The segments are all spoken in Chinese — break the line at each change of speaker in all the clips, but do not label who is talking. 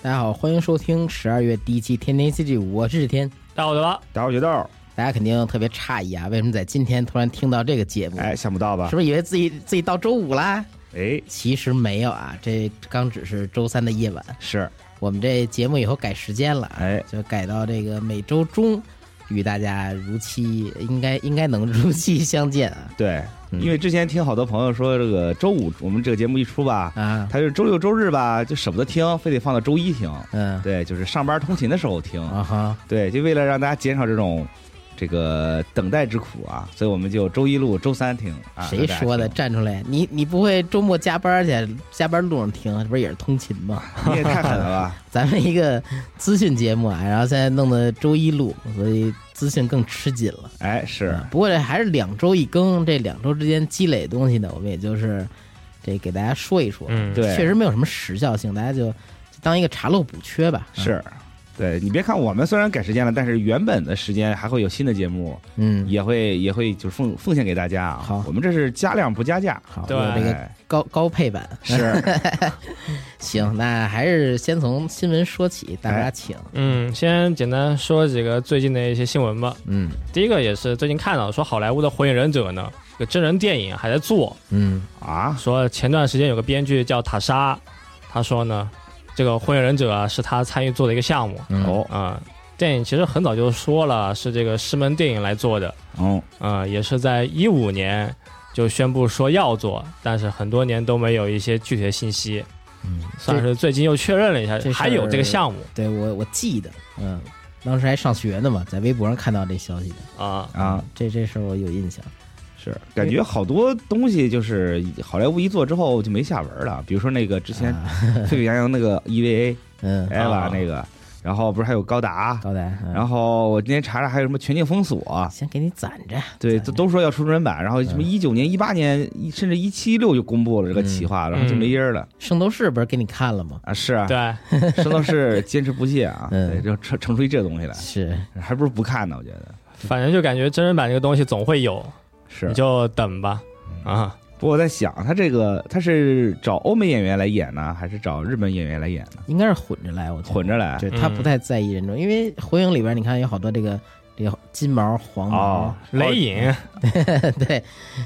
大家好，欢迎收听十二月第一期《天天 CG》，我是天。
大伙儿吧，
打火决斗，
大家肯定特别诧异啊，为什么在今天突然听到这个节目？
哎，想不到吧
嗯是？不是以为自己自己到周五啦？
哎，
其实没有啊，这刚只是周三的夜晚。
是，
我们这节目以后改时间了，
哎
就改到这个每周中与大家如期，应该应该能如期相见啊
对，
嗯
因为之前听好多朋友说，这个周五我们这个节目一出吧，
啊，
他就是周六周日吧，就舍不得听，非得放到周一听。
嗯
对，就是上班通勤的时候听。
啊哈，
对，就为了让大家减少这种这个等待之苦啊，所以我们就周一录，周三听。啊、
谁说的？
让大
站出来！你你不会周末加班去，加班路上听，这不是也是通勤吗？
家听？你也太狠 了吧！
咱们一个资讯节目 啊，然后现在弄的周一录，所以资讯更吃紧了。
哎，是
啊，不过这还是两周一更，这两周之间积累的东西呢，我们也就是这给大家说一说，
嗯
对
确实没有什么时效性，大家就就当一个查漏补缺吧。啊，
是。对你别看我们虽然改时间了，但是原本的时间还会有新的节目，
嗯，
也会也会就是奉奉献给大家啊。
好
我们这是加量不加价。
好，
对
有这个
哎
高高配版。
是
行，那还是先从新闻说起，大家
哎
请。
嗯，先简单说几个最近的一些新闻吧。
嗯
第一个也是最近看到，说好莱坞的《火影忍者》呢，这个真人电影还在做。
嗯
啊，
说前段时间有个编剧叫塔莎，他说呢，这个《火影忍者啊》是他参与做的一个项目。
嗯
哦，
啊、电影其实很早就说了，是这个石门电影来做的。
嗯，
啊、也是在一五年就宣布说要做，但是很多年都没有一些具体的信息。
嗯，
算是最近又确认了一下
这，事儿
还有这个项目
对我我记得，嗯，当时还上学呢嘛，在微博上看到这消息的，
啊、
啊，
这这事儿我有印象。
是感觉好多东西就是好莱坞一做之后就没下文了，比如说那个之前
啊
沸沸扬扬那个 EVA
嗯，
EVA
啊
那个，然后不是还有高达，
高达，嗯
然后我今天查查还有什么全境封锁，
先给你攒着，
对，
攒着
都都说要出真人版，然后什
嗯
么一九年、一八年，一甚至一七六就公布了这个企划，然后就
嗯
没音儿了
圣斗士不是给你看了吗？
啊，是啊，
对，
圣斗士坚持不懈啊，
嗯
对，就成成出一这东西来，
是，
还不如不看呢，我觉得
反正就感觉真人版这个东西总会有，
是嗯
你。就等吧。啊，
不过我在想，他这个他是找欧美演员来演呢，还是找日本演员来演呢？
应该是混着来，我觉得
混着来
对他
嗯
不太在意人种，因为火影里边你看有好多这个这个金毛、黄毛
哦，
雷影，
对，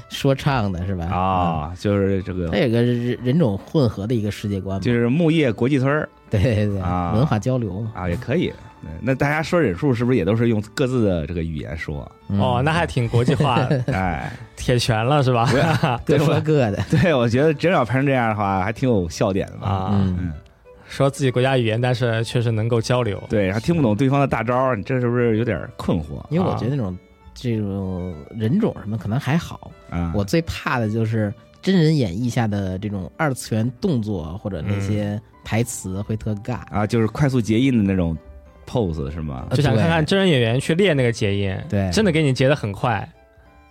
说唱的是吧？
啊、就是这
嗯，
个
它有个人人种混合的一个世界观嘛，
就是木叶国际村儿
对对对，
啊
文化交流嘛。
啊，也可以。嗯那大家说忍术是不是也都是用各自的这个语言说？，
嗯
哦，那还挺国际化的
哎，
铁拳了是吧？
各
对
说
我
各的，
对，我觉得真要拍成这样的话，还挺有笑点的吧？
啊，
嗯，
说自己国家语言，但是确实能够交流。
啊
对，然后听不懂对方的大招儿，你这是不是有点困惑
因为我觉得那种这种人种什么可能还好，
啊？
我最怕的就是真人演绎下的这种二次元动作或者
嗯
那些台词会特尬。
啊，就是快速结印的那种 pose 是吗？
就想看看
对
真人演员去练那个结音，
对
真的给你结的很快。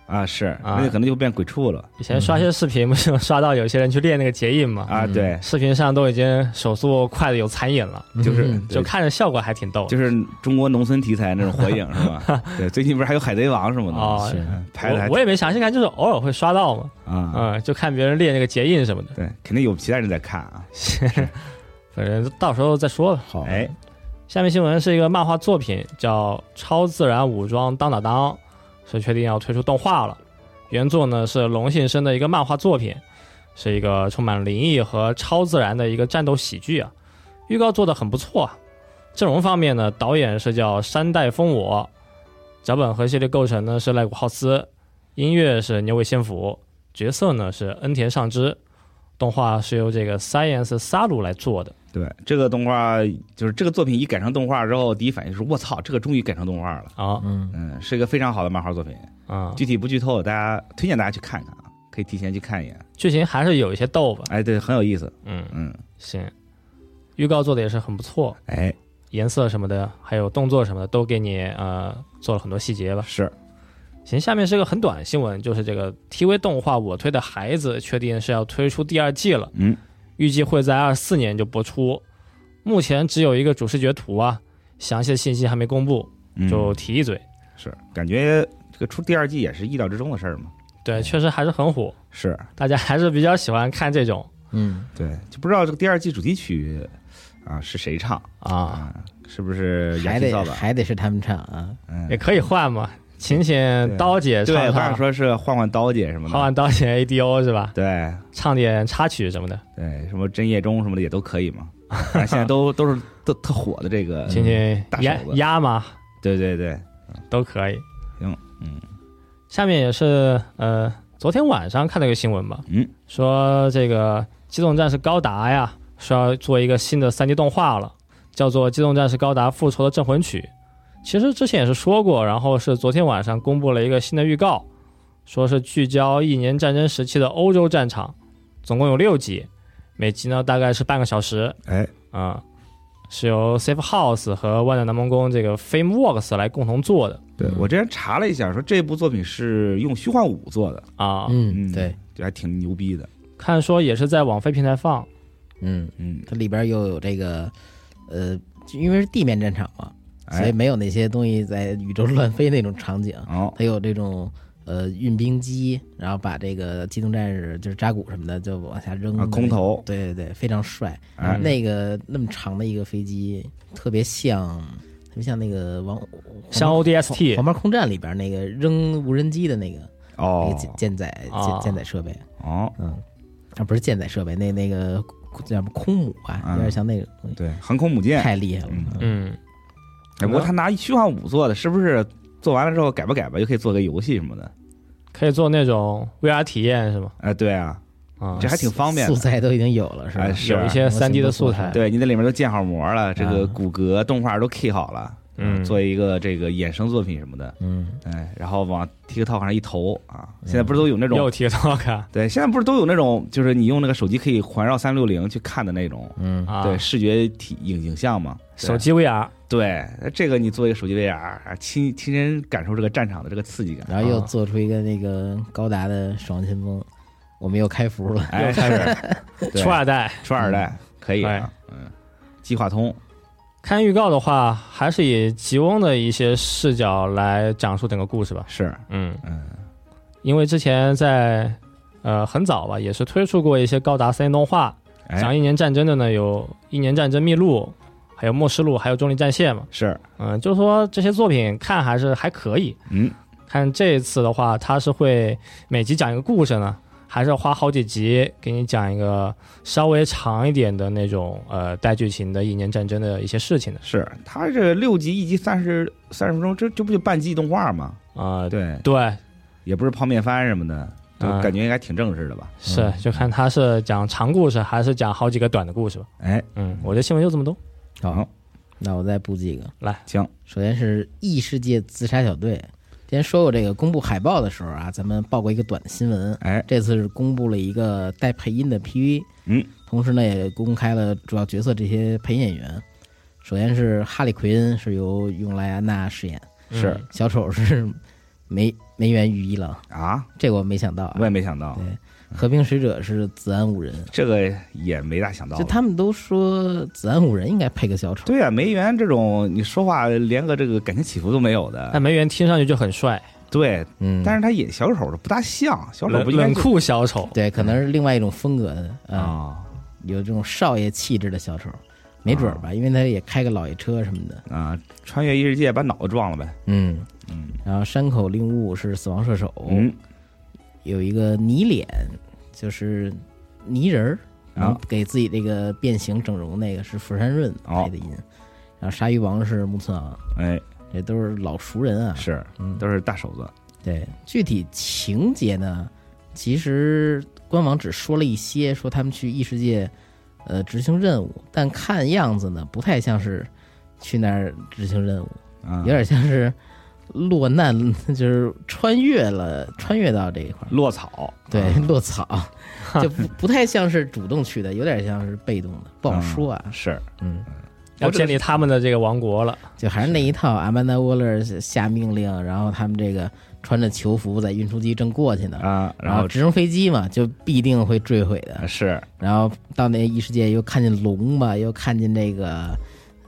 啊，是，
啊
那可能就变鬼畜了
以前刷一些视频，不是刷到有些人去练那个结印嘛？
啊！
嗯
对，
视频上都已经手速快的有残影了，
就是
嗯
对
就看着效果还挺逗的。
就是中国农村题材那种火 影是吧？对，最近不是还有海贼王什么的吗？
哦
是
嗯拍的还
我我也没详细看，就是偶尔会刷到嘛，
啊，
嗯，就看别人练那个结印什么的，
对，肯定有其他人在看啊。
反正到时候再说吧。
好，
哎，
下面新闻是一个漫画作品，叫《超自然武装当当当》，是确定要推出动画了。原啊作呢是龙信生的一个漫画作品，是一个充满灵异和超自然的一个战斗喜剧啊。预告做的很不错啊。阵容方面呢，导演是叫山代丰我，脚本和系列构成呢是濑谷浩司，音乐是牛尾宪辅，角色呢是恩田尚之，动画是由这个 Science 萨鲁来做的。
对，这个动画就是这个作品一改成动画之后，第一反应就是我操，这个终于改成动画了。
啊
嗯，
嗯，是一个非常好的漫画作品，
啊、
具体不剧透，大家推荐大家去看看啊，可以提前去看一眼。
剧情还是有一些逗吧。
哎，对，很有意思。
嗯，
嗯，
行，预告做的也是很不错，
哎，
颜色什么的，还有动作什么的都给你呃做了很多细节吧。
是
行，下面是个很短的新闻，就是这个 TV 动画《我推的孩子》确定是要推出第二季了，
嗯，
预计会在二四年就播出。目前只有一个主视觉图啊，详细的信息还没公布，
嗯
就提一嘴。
是感觉这个出第二季也是意料之中的事儿嘛。
对，确实还是很火，
是，
大家还是比较喜欢看这种
嗯，
对，就不知道这个第二季主题曲啊是谁唱
啊，
啊？是不是
还
杨千
得
扫把？
还得是他们唱啊，
嗯
也，可以换嘛，请请刀姐
对，
唱
或者
唱，
说是换换刀姐什么
换
的，
换刀姐 ADO 是吧？
对
唱点插曲什么的，
对，什么真夜中什么的也都可以嘛。 反正现在都都是特特火的这个，
请请
嗯大
压
手子
压嘛
对对对，
都可以。
行，嗯
下面也是呃，昨天晚上看到一个新闻吧，
嗯，
说这个《机动战士高达》呀，说要做一个新的 3D 动画了，叫做《机动战士高达：复仇的镇魂曲》。其实之前也是说过，然后是昨天晚上公布了一个新的预告，说是聚焦一年战争时期的欧洲战场，总共有六集，每集呢大概是半个小时
哎，
啊、是由 Safe House 和万代南梦宫这个 FameWorks 来共同做的
对我之前查了一下，说这部作品是用虚幻五做的，
啊。
嗯，对，，
就还挺牛逼的，
看说也是在网飞平台放，
嗯，
嗯，
它里边又有这个，呃，因为是地面战场嘛，所以
哎，
没有那些东西在宇宙乱飞那种场景，
哦，
它有这种呃运兵机，然后把这个机动战士就是扎古什么的就往下扔
啊，，空，投，
对对对，非常帅。
哎，
嗯
那个那么长的一个飞机，特别像，特别像那个王
像
黄
ODST
黄牌空战里边那个扔无人机的那个、那
哦
个舰舰载舰
哦
舰载设备，
哦，
嗯，啊不是舰载设备，那那个叫什么空母啊，
嗯
有点像那个东西，
对，航空母舰，
太厉害了。
嗯
嗯
嗯，
哎，不过他拿虚幻五做的，是不是做完了之后改吧改吧，又可以做个游戏什么的？
可以做那种 VR 体验是吗？
哎，对啊，
啊
这，还挺方便
素
的。
材都已经有了，是吧？
哎是
有一些
模型
3D 的
都
素
做
材
出来，
对你在里面都建好模了，这个
哎啊
骨骼动画都 key 好了，
嗯
做一个这个衍生作品什么的，
嗯，
哎，然后往 TikTok 上一投啊，现在不是都有那
又啊
种？
提到看
对，现在不是都有那种，就是你用那个手机可以环绕三六零去看的那种，
嗯，
啊，
对，，视觉体影影像嘛，对
手。机 VR
对，这个你做一个手机 VR，啊亲亲身感受这个战场的这个刺激感。
然后又
啊
做出一个那个高达的爽先锋，我们又开服了。
啊
哎，开始
初二代。
初二代可以
哎
啊，嗯，计划通，
看预告的话，还是以吉翁的一些视角来讲述整个故事吧。
是，
嗯，
嗯，
因为之前在呃很早吧，也是推出过一些高达三动画，
哎，
讲一年战争的呢，有一年战争秘录，还有末世录，还有重力战线嘛。
是，
嗯，就是说这些作品看还是还可以。
嗯，
看这一次的话，它是会每集讲一个故事呢，还是花好几集给你讲一个稍微长一点的那种呃带剧情的一年战争的一些事情的
是，他这六集一集三十三十分钟，这这不就半季动画吗？
啊、呃
对，
对，
也不是泡面番什么的，就
啊
嗯
感觉应该挺正式的吧？
是就看它是讲长故事还是讲好几个短的故事吧。
哎，
嗯，我这新闻就这么多。
好，
那我再补几个，
来，
行，
首先是异世界自杀小队，之前说过这个公布海报的时候啊，咱们报过一个短新闻，
哎，
这次是公布了一个带配音的 PV，
嗯，
同时呢也公开了主要角色这些配音演员，首先是哈利奎恩是由用莱安娜饰演，
是
嗯
小丑是梅梅园裕一郎，
啊，
这个我没想到啊
我，也没想到
对，和平使者是子安五人，
这个也没大想到
就。他们都说子安五人应该配个小丑，
对呀、梅园这种你说话连个这个感情起伏都没有
但
的，
哎梅园听上去就很帅，
对，
嗯，
但是他演小丑的不大像，小丑
冷
不应该
冷
就
酷小丑。
对，可能是另外一种风格的啊。
啊
有这种少爷气质的小丑，没准儿吧，因为他也开个老爷车什么的。
啊，穿越异世界把脑袋撞了呗，
嗯，
嗯
然后山口令悟是死亡射手，
嗯。
有一个泥脸，就是泥人儿，然后
啊
给自己这个变形整容那个是福山润
哦
配的音，然后鲨鱼王是木村昂，
哎，
这都是老熟人啊。
是，
嗯，
都是大手子。
对，具体情节呢，其实官网只说了一些，说他们去异世界，呃，执行任务，但看样子呢，不太像是去那儿执行任务，
嗯
有，点像是落难， 就是穿越了，穿越到这一块儿，
落草，
对，落草， 就不不太像是主动去的，有点像是被动的，不好说啊，
是
嗯。
要
我这
建立他们的这个王国了。
就还是那一套，阿曼达·沃勒下命令，然后他们这个穿着囚服在运输机正过去呢，
啊，然
然后
后
直升飞机嘛，就必定会坠毁
啊
的。
是
然后到那异世界又看见龙嘛，又看见那个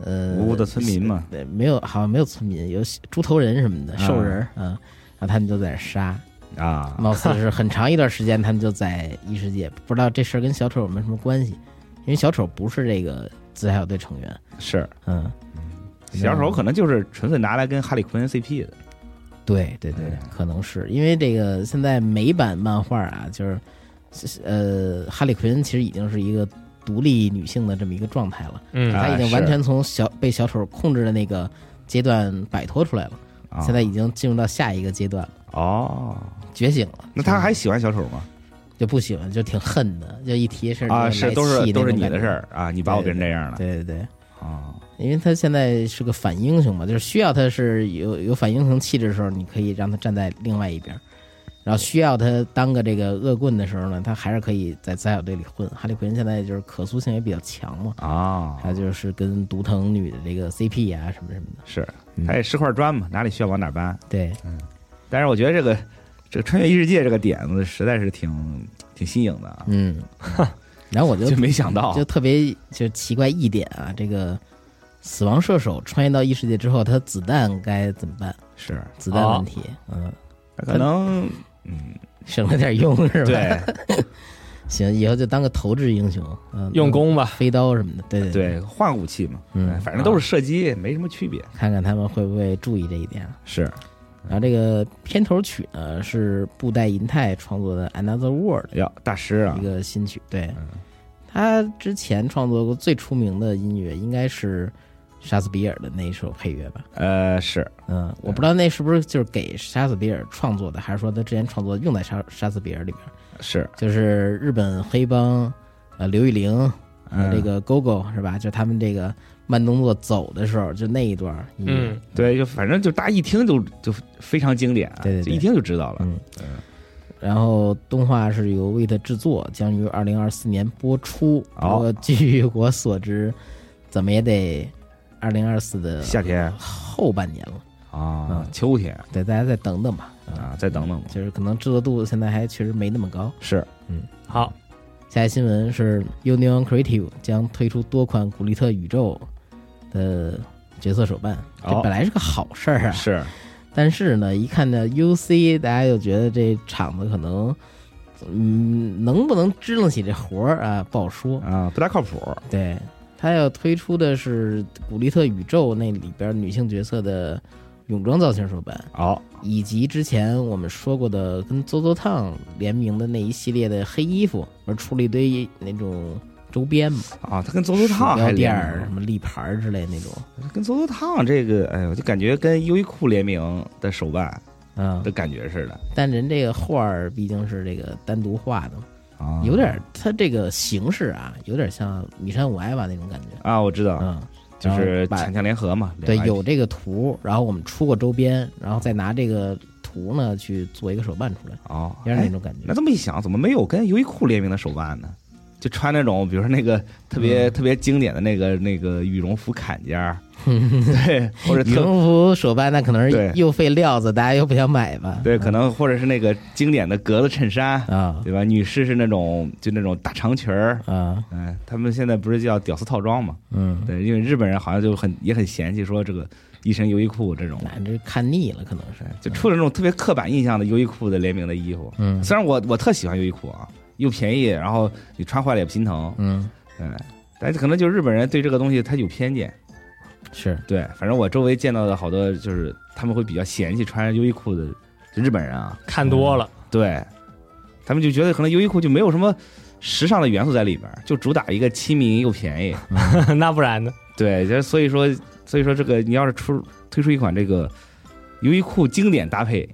呃
无辜的村民嘛，
对，没有好像没有村民，有猪头人什么的
啊
兽人儿，嗯，然后他们就在那儿杀，
啊，
貌似是很长一段时间他们就在异世界，不知道这事儿跟小丑有没有什么关系，因为小丑不是这个自杀小队成员，
是
嗯，
小丑可能就是纯粹拿来跟哈利奎恩 CP 的，
对对对
哎，
可能是因为这个现在美版漫画啊，就是呃，哈利奎恩其实已经是一个独立女性的这么一个状态了，
啊
嗯
她已经完
是
全从小被小丑控制的那个阶段摆脱出来了，
啊
现在已经进入到下一个阶段了，
哦，
觉醒了。
那他
就是
还喜欢小丑吗？
就不喜欢，就挺恨的，就一提事儿
啊，
嗯就是来
都
气
是都
那
是
种
你
感
的
觉
事儿啊，你把我变成这样了
对对对，
啊，
因为他现在是个反英雄嘛，就是需要他是有有反英雄气质的时候，你可以让他站在另外一边儿；然后需要他当个这个恶棍的时候呢，他还是可以在自杀小队里混。哈利奎恩现在就是可塑性也比较强嘛，
啊，
还有就是跟独藤女的这个 CP 啊什么什么的。
是
嗯
他也是块砖嘛，哪里需要往哪搬。
对，
但是我觉得这个这个穿越异世界这个点子实在是挺挺新颖的啊，
嗯，然后我就
就没想到
就特别就奇怪一点啊，这个死亡射手穿越到异世界之后，他子弹该怎么办？
是
子弹问题，嗯，
他可能嗯
省了点用是吧？
对
行，以后就当个投掷英雄，嗯，
用功吧，
飞刀什么的，对对
对，换个武器嘛，
嗯，
反正都是射击，没什么区别。
看看他们会不会注意这一点啊。
是
然后这个片头曲呢是布袋银太创作的《Another World
呀，大师》啊
一，个新曲，对，
嗯
他之前创作过最出名的音乐应该是杀死比尔的那一首配乐吧。
呃，是
嗯，我不知道那是不是就是给杀死比尔创作的，还是说他之前创作用在杀杀死比尔里边儿？
是，
就是日本黑帮，呃，刘玉玲，呃，
嗯
这个 GoGo 是吧？就他们这个慢动作走的时候，就那一段音乐。
嗯，
对，就反正就大家一听就就非常经典啊，
对对
就
对
一听就知道了。
嗯然后动画是由 Wit 制作，将于二零二四年播出。
哦
不过据我所知，怎么也得二零二四的
夏天
后半年了。
啊
嗯，
秋天啊
对，大家再等等吧。啊，
啊，再等等吧。
就是可能制作度现在还确实没那么高。
是
好，
下一新闻是 Union Creative 将推出多款古力特宇宙的角色手办，这
哦
本来是个好事儿啊，
是，
但是呢，一看到 UC，大家就觉得这厂子可能，嗯，能不能支棱起这活儿啊，不好说。
啊，不大靠谱。
对，他要推出的是古力特宇宙那里边女性角色的泳装造型手办，
哦，
以及之前我们说过的跟 ZOZO 烫联名的那一系列的黑衣服，不是出了一堆那种周边嘛，
啊，他跟走走
鼠
烫还
标
联
垫儿、什
名，
么立牌儿之类那种，
跟走走烫这个，哎呦，就感觉跟优衣库联名的手办
嗯
的，感觉似的，
但人这个画儿毕竟是这个单独画的嘛，
啊，
有点儿它这个形式啊，有点像米山五艾吧那种感觉，
啊，我知道，
嗯，
就
然
是
后把
强强联合嘛，
对
两个
有这个图，然后我们出过周边，然后再拿这个图呢去做一个手办出来，
哦，
有点那
哎，
种感觉
那，这么一想，怎么没有跟优衣库联名的手办呢？就穿那种，比如说那个特
嗯
别、特别经典的那个那个羽绒服坎 肩儿，对，或者
羽
特
绒服手办那可能
对
是又费料子，大家又不想买吧？
对，可能或者是那个经典的格子衬衫，
啊
对吧？女士是那种就那种大长裙儿，
啊
嗯，他们现在不是叫屌丝套装嘛？
嗯，
对，因为日本人好像就很也很嫌弃说这个一身优衣库这种，
那这看腻了可能是，
就出了那种特别刻板印象的优衣库的联名的衣服。
嗯
虽然我我特喜欢优衣库啊，又便宜，然后你穿坏了也不心疼，
嗯
对，哎但是可能就日本人对这个东西他有偏见。
是
对，反正我周围见到的好多就是他们会比较嫌弃穿优衣库的就日本人啊，
看多了，
对，他们就觉得可能优衣库就没有什么时尚的元素在里边儿，就主打一个亲民又便宜。
那不然呢？
对，就是所以说，所以说这个你要是出推出一款这个优衣库经典搭配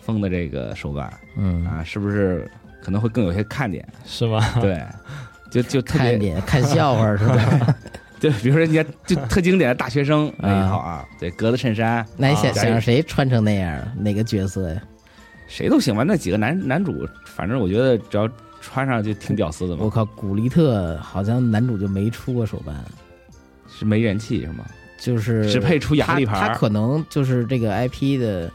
风的这个手办
嗯，
啊，是不是可能会更有些看 点？
是吗？
对，就就特
看
别，
点看笑话是 吧？
就比如说人家 就特经典的大学生那一
啊
套啊，对，格子衬衫，
那你想
啊
想让谁穿成那样？哪个角色呀？
谁都行吧？那几个男男主，反正我觉得只要穿上就挺屌丝的
我
嘛，
靠，古力特好像男主就没出过手办，
是没人气是吗？
就是
只配出亚克力牌
他。他
儿
可能就是这个 IP 的，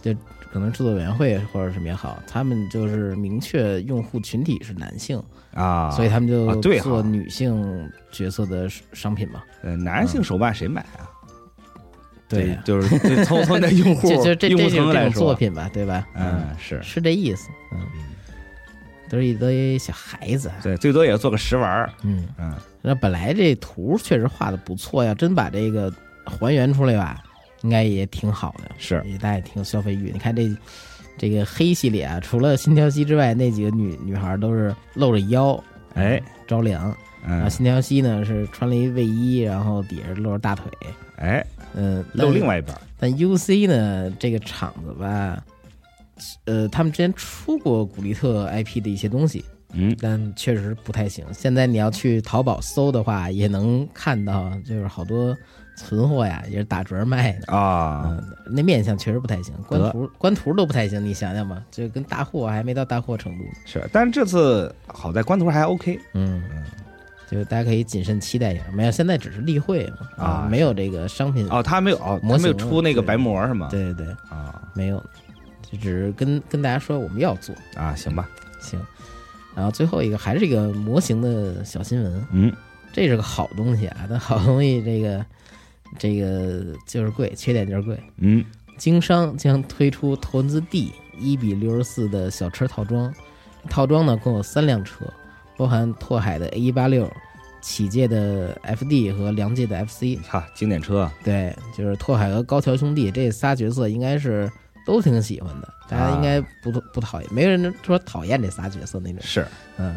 就可能制作委员会或者什么也好，他们就是明确用户群体是男性，
啊，
所以他们
啊
就
对哈
做女性角色的商品嘛。
呃男性手办谁买啊？
嗯对呀
就是 就从从你的用户
就就这这
用户
就是
层面
这
来
种作
说，
品吧，对吧？
嗯，是
是这意思，嗯，都是一堆小孩子啊，
对，最多也做个食玩儿，
嗯，
嗯，
那本来这图确实画的不错呀，真把这个还原出来吧，应该也挺好的，
是
也大家也挺有消费欲。你看这这个黑系列啊，除了心跳息之外，那几个女女孩都是露着腰，嗯
哎，
着凉。然后
嗯，
心跳息呢是穿了一卫衣，然后底下露着大腿，
哎，
嗯，
露另
外。
外一边儿，
但 UC 呢这个厂子吧，呃，他们之前出过古力特 IP 的一些东西，
嗯，
但确实不太行。现在你要去淘宝搜的话，也能看到，就是好多存货呀，也是打折卖的。
啊，
嗯，那面相确实不太行，官
得
图官图都不太行，你想想吧，就跟大货还没到大货程度呢。
是，但是这次好在官图还 OK，
嗯，就大家可以谨慎期待一下。没有，现在只是例会嘛，
啊
没有这个商品。
哦，他没有，哦，
模
他没
型
有出那个
对
白膜是吗？
对对对，
啊
没有，就只是跟跟大家说我们要做
啊，行吧，
行。然后最后一个还是一个模型的小新闻，
嗯，
这是个好东西啊，但好东西这个这个就是贵，缺点就是贵。
嗯，
经商将推出头文字 D 一比六十四的小车套装，套装呢共有三辆车，包含拓海的 A 一八六、启界的 FD 和梁界的 FC。
哈，经典车，啊
对，就是拓海和高桥兄弟这仨角色应该是都挺喜欢的，大家应该不、不讨厌，没有人说讨厌这仨角色那种。
是
嗯，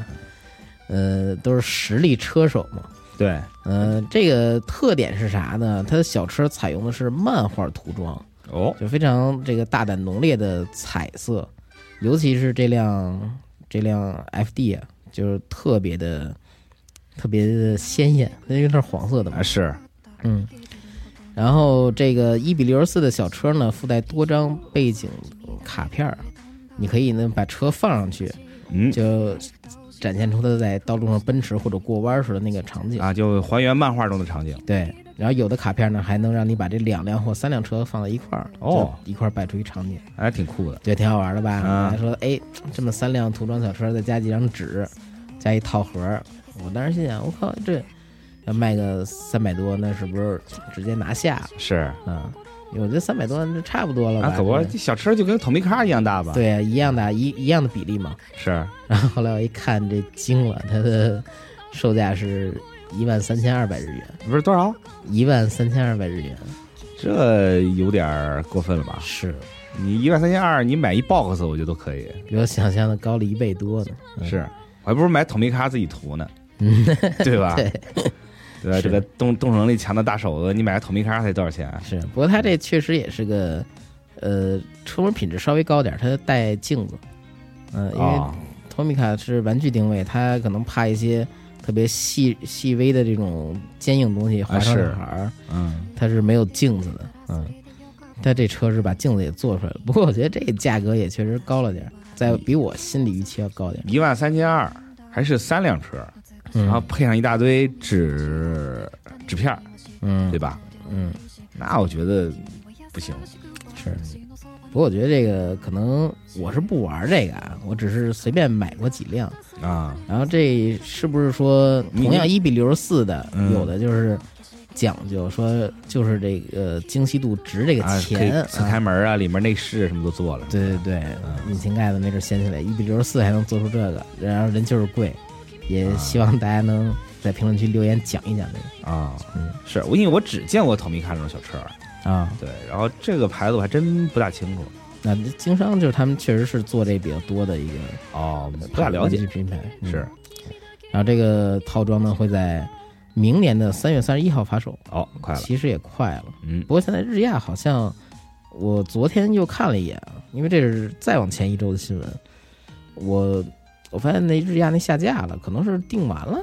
呃，都是实力车手嘛。
对，
呃，这个特点是啥呢？它的小车采用的是漫画涂装，
哦，
就非常这个大胆浓烈的彩色，尤其是这辆这辆 FD 啊，就是特别的特别的鲜艳，因为它是黄色的嘛
啊。是，
嗯，然后这个一比六十四的小车呢，附带多张背景卡片儿，你可以呢把车放上去，
嗯，
就展现出它在道路上奔驰或者过弯儿时的那个场景。
啊，就还原漫画中的场景，
对，然后有的卡片呢，还能让你把这两辆或三辆车放在一块儿，
哦，
一块儿摆出一场景，
还挺酷的，
对，挺好玩的吧？
嗯
还说，哎，这么三辆涂装小车，再加几张纸，加一套盒儿，我当时心想，我靠，这要卖个三百多，那是不是直接拿下了
是。
啊？我觉得三百多就差不多了吧？
啊，可不，
对
这小车就跟透明卡一样大吧？，
对啊，一样的，一一样的比例嘛。
是
然后后来我一看，这惊了，它的售价是一万三千二百日元，
不是多少？
一万三千二百日元
这有点儿过分了吧？
是。
你一万三千二，你买一 box 我觉得都可以，
比我想象的高了一倍多呢。嗯
是，我还不如买透明卡自己涂 呢，
嗯，
对吧？
对
对吧？
是
这个动动手能力强的大手子，你买个透明卡才多少钱啊？
是。不过它这确实也是个，呃，车门品质稍微高点儿，它带镜子。嗯、因为
啊，
托米卡是玩具定位，它可能怕一些特别细细微的这种坚硬东西划伤
是
小孩儿，
嗯，
它是没有镜子的。嗯，但这车是把镜子也做出来了。不过我觉得这价格也确实高了点儿，在比我心里预期要高点儿。
一万三千二，还是三辆车，然后
嗯
配上一大堆纸纸片儿，
嗯
对吧？
嗯。
那我觉得不行，
是，不过我觉得这个可能我是不玩这个啊，我只是随便买过几辆。
啊，
然后这是不是说
你
同样一比六十四的，
嗯
有的就是讲究说就是这个精细度值这个
啊，可以
钱
侧开
啊
嗯门啊，里面内饰什么都做了，
对对对，引擎盖子没准掀起来，一比六十四还能做出这个，然后人就是
啊
贵，也希望大家能在评论区留言讲一讲这个
啊
嗯，
是我因为我只见过透明卡这种小车，
啊。
对，然后这个牌子我还真不大清楚，
那经商就是他们确实是做这比较多的一个
哦，不大了
玩具
解，
品牌嗯
是
然后这个套装呢会在明年的三月三十一号发售，
哦，快了，
其实也快了。
嗯
不，过现在日亚好像，我昨天又看了一眼啊，因为这是再往前一周的新闻，我我发现那日亚那下架了，可能是订完了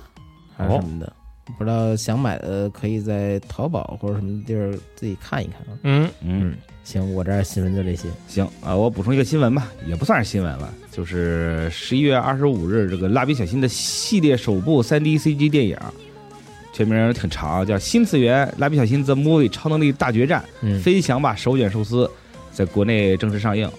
还是什么的，不知道想买的可以在淘宝或者什么地儿自己看一看啊。
嗯，
嗯，
行，我这儿新闻就这些。
行啊，我补充一个新闻吧，也不算是新闻了，就是十一月二十五日，这个蜡笔小新的系列首部三 D CG 电影，全名挺长，啊叫《新次元蜡笔小新 The Movie 超能力大决战：
嗯，
飞翔吧手卷寿司》，在国内正式上映，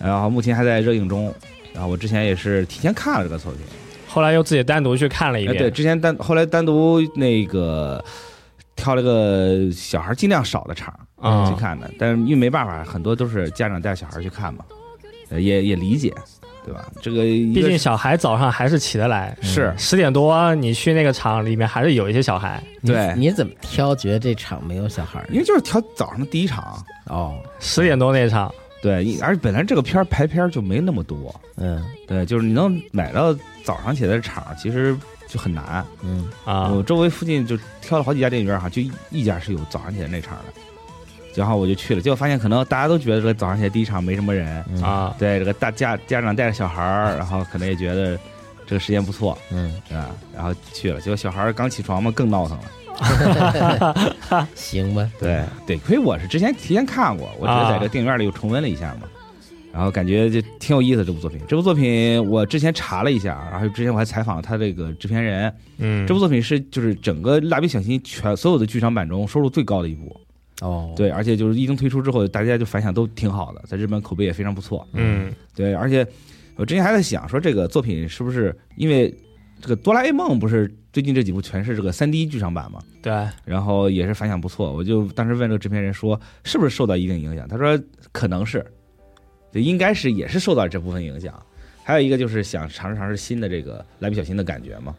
然后目前还在热映中。然后我之前也是提前看了这个作品，
后来又自己单独去看了一
哎哎，对，
遍，
之前单后来单独那个挑了个小孩尽量少的场
啊
去看的，但是因为没办法，很多都是家长带小孩去看嘛，呃也也理解，对吧？这个毕
毕竟小孩早上还是起得来，
是
十点多你去那个场里面还是有一些小孩，
你
对
你怎么挑？觉得这场没有小孩儿
因为就是挑早上的第一场，
哦，
十点多那场，
对，因而且本来这个片儿排片儿就没那么多，
嗯
对，就是你能买到早上起来的场，其实就很难。
嗯，
啊
我周围附近就挑了好几家电影院哈，就一家是有早上起来那场的，然后我就去了，结果发现可能大家都觉得这个早上起来第一场没什么人，
嗯，
啊，
对，这个大家家长带着小孩儿，然后可能也觉得这个时间不错
嗯，
啊，然后去了，结果小孩儿刚起床嘛，更闹腾了。
行吧，
对，得亏我是之前提前看过，我只是
嗯啊
在这个电影院里又重温了一下嘛，然后感觉就挺有意思的这部作品。这部作品我之前查了一下，啊然后之前我还采访了他这个制片人，
嗯，
这部作品是就是整个《蜡笔小新》全所有的剧场版中收入最高的一部，
哦，，
对，而且就是一经推出之后，大家就反响都挺好的，在日本口碑也非常不错。
嗯
对，而且我之前还在想说，这个作品是不是因为这个《哆啦 A 梦》不是最近这几部全是这个3 D 剧场版嘛，
对
然后也是反响不错，我就当时问这个制片人说，是不是受到一定影响？他说可能是，就应该是也是受到这部分影响。还有一个就是想尝试尝试新的这个蜡笔小新的感觉嘛，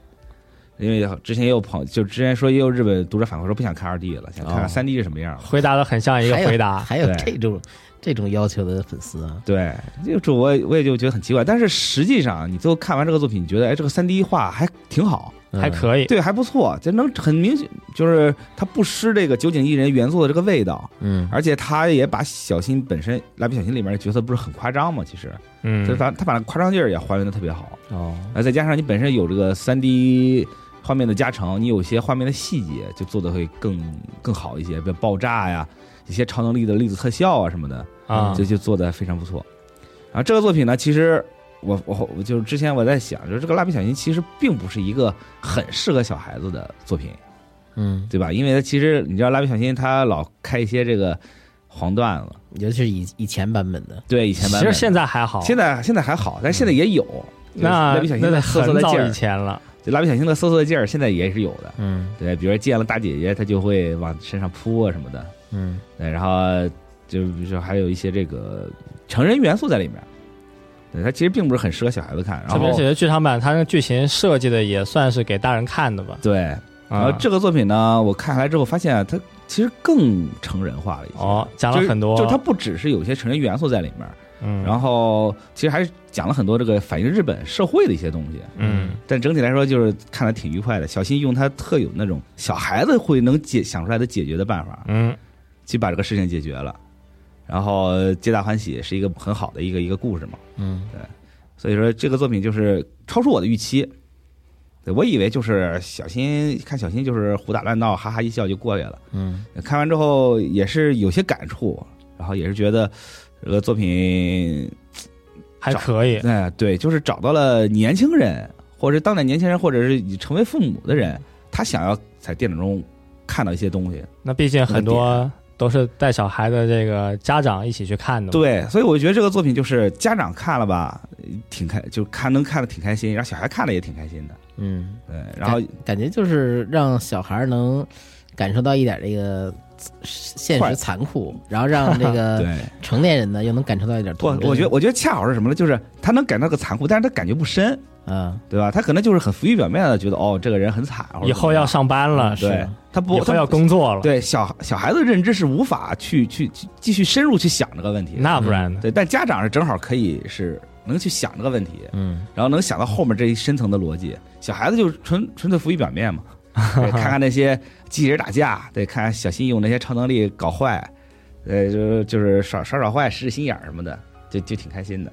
因为之前也有朋就之前说也有日本读者反馈说不想看二 D 了，想看看
哦
三 D 是什么样的。
回答的很像一个
还有
回答，
啊还有
对
这种这种要求的粉丝啊，
对，就这我也我也就觉得很奇怪，但是实际上你最后看完这个作品，你觉得哎这个三 D 画还挺好，
嗯
还可以，
对，还不错，这能很明显就是它不失这个九井一人原作的这个味道，
嗯，
而且他也把小新本身蜡笔小新里面的角色不是很夸张嘛，其实，
嗯
就是，把他把那夸张劲儿也还原的特别好，呃
哦，
那再加上你本身有这个三 D 画面的加成，你有些画面的细节就做的会更更好一些，比如爆炸呀，一些超能力的粒子特效啊什么的，
啊
这就做的非常不错。然后这个作品呢，其实我我我就是之前我在想，就是这个蜡笔小新其实并不是一个很适合小孩子的作品，
嗯，
对吧？因为它其实你知道蜡笔小新他老开一些这个黄段子，
尤其是以以前版本的，
对以前版
其
本
实现在还好，
现在现在还好，但是现在也有。就是
那
蜡笔小新
那
的
得
瑟瑟
很
的劲
早以
儿，
前了，
就蜡笔小新的瑟瑟的劲儿，现在也是有的。
嗯
对，比如见了大姐姐，她就会往身上扑啊什么的。
嗯
对，然后就比如说还有一些这个成人元素在里面。对，它其实并不是很适合小孩子看。然
特别
后
是剧场版，它那个剧情设计的也算是给大人看的吧，
对，然后
啊，
这个作品呢，我看下来之后发现啊它其实更成人化了一些。
哦，讲
就
了
是
很多，
就是它不只是有一些成人元素在里面，
嗯，
然后其实还是讲了很多这个反映日本社会的一些东西。
嗯
但整体来说就是看的挺愉快的。小新用他特有那种小孩子会能解想出来的解决的办法，
嗯
去把这个事情解决了，然后呃皆大欢喜是一个很好的一个一个故事嘛。
嗯
所以说这个作品就是超出我的预期。对我以为就是小新看小新就是胡打乱闹，哈哈一笑就过去了。
嗯
看完之后也是有些感触，然后也是觉得这个作品
还可以，
哎，对，就是找到了年轻人，或者是当代年轻人，或者是已成为父母的人，他想要在电影中看到一些东西。
那毕竟很多都是带小孩的这个家长一起去看的嘛，
对，所以我觉得这个作品就是家长看了吧，挺开，就看能看的挺开心，然后小孩看了也挺开心的。
嗯，
对，然后
感觉就是让小孩儿能感受到一点这个现
快
实残酷，然后让这 个
对
成年人呢又能感受到一点
我
童真。
我觉得我觉得恰好是什么呢？就是他能感到个残酷，但是他感觉不深，
啊，
对吧？他可能就是很浮于表面的，觉得哦，这个人很惨，或者
以后要
怎
上班了，
么
是
嗯样对，他不
以后
他
要工作了，
对小小孩子认知是无法去去去继续深入去想这个问题的。
那不然呢？
嗯对，但家长是正好可以是能去想这个问题，
嗯
然后能想到后面这一深层的逻辑。小孩子就是纯纯粹浮于表面嘛，对看看那些机器人打架，对，看看小新用那些超能力搞坏，呃，就是就是耍耍耍坏，使使心眼儿什么的，就就挺开心的。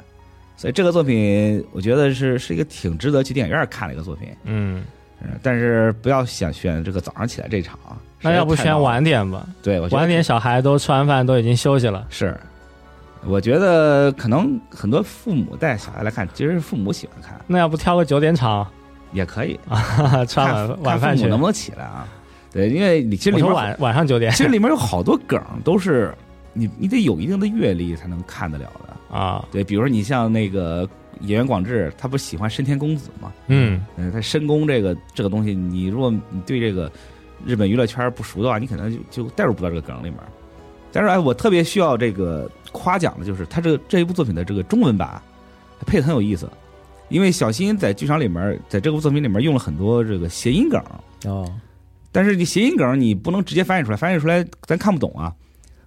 所以这个作品，我觉得是是一个挺值得去电影院看的一个作品，
嗯，
嗯，但是不要想选这个早上起来这场啊，
那要不
实在太
选
闹了？
晚点吧，
对，我觉得
晚点小孩都吃完饭都已经休息了，
是，我觉得可能很多父母带小孩来看，其实是父母喜欢看
那要不挑个九点场，
也可以，
吃
看
啊完晚
看
晚饭
父
去
母能。不能起来啊？对，因为你其实
我
里
说
面
晚 晚上九点
其实里面有好多梗都是你你得有一定的阅历才能看得了的。
啊，
对，比如说你像那个演员广志，他不是喜欢深田恭子吗？
嗯
嗯，他深宫这个这个东西，你如果你对这个日本娱乐圈不熟的话，你可能就就代入不到这个梗里面。但是哎，我特别需要这个夸奖的就是他这个这一部作品的这个中文版它呃配的很有意思，因为小新在剧场里面，在这部作品里面用了很多这个谐音梗，
哦，
但是你谐音梗你不能直接翻译出来，翻译出来咱看不懂啊。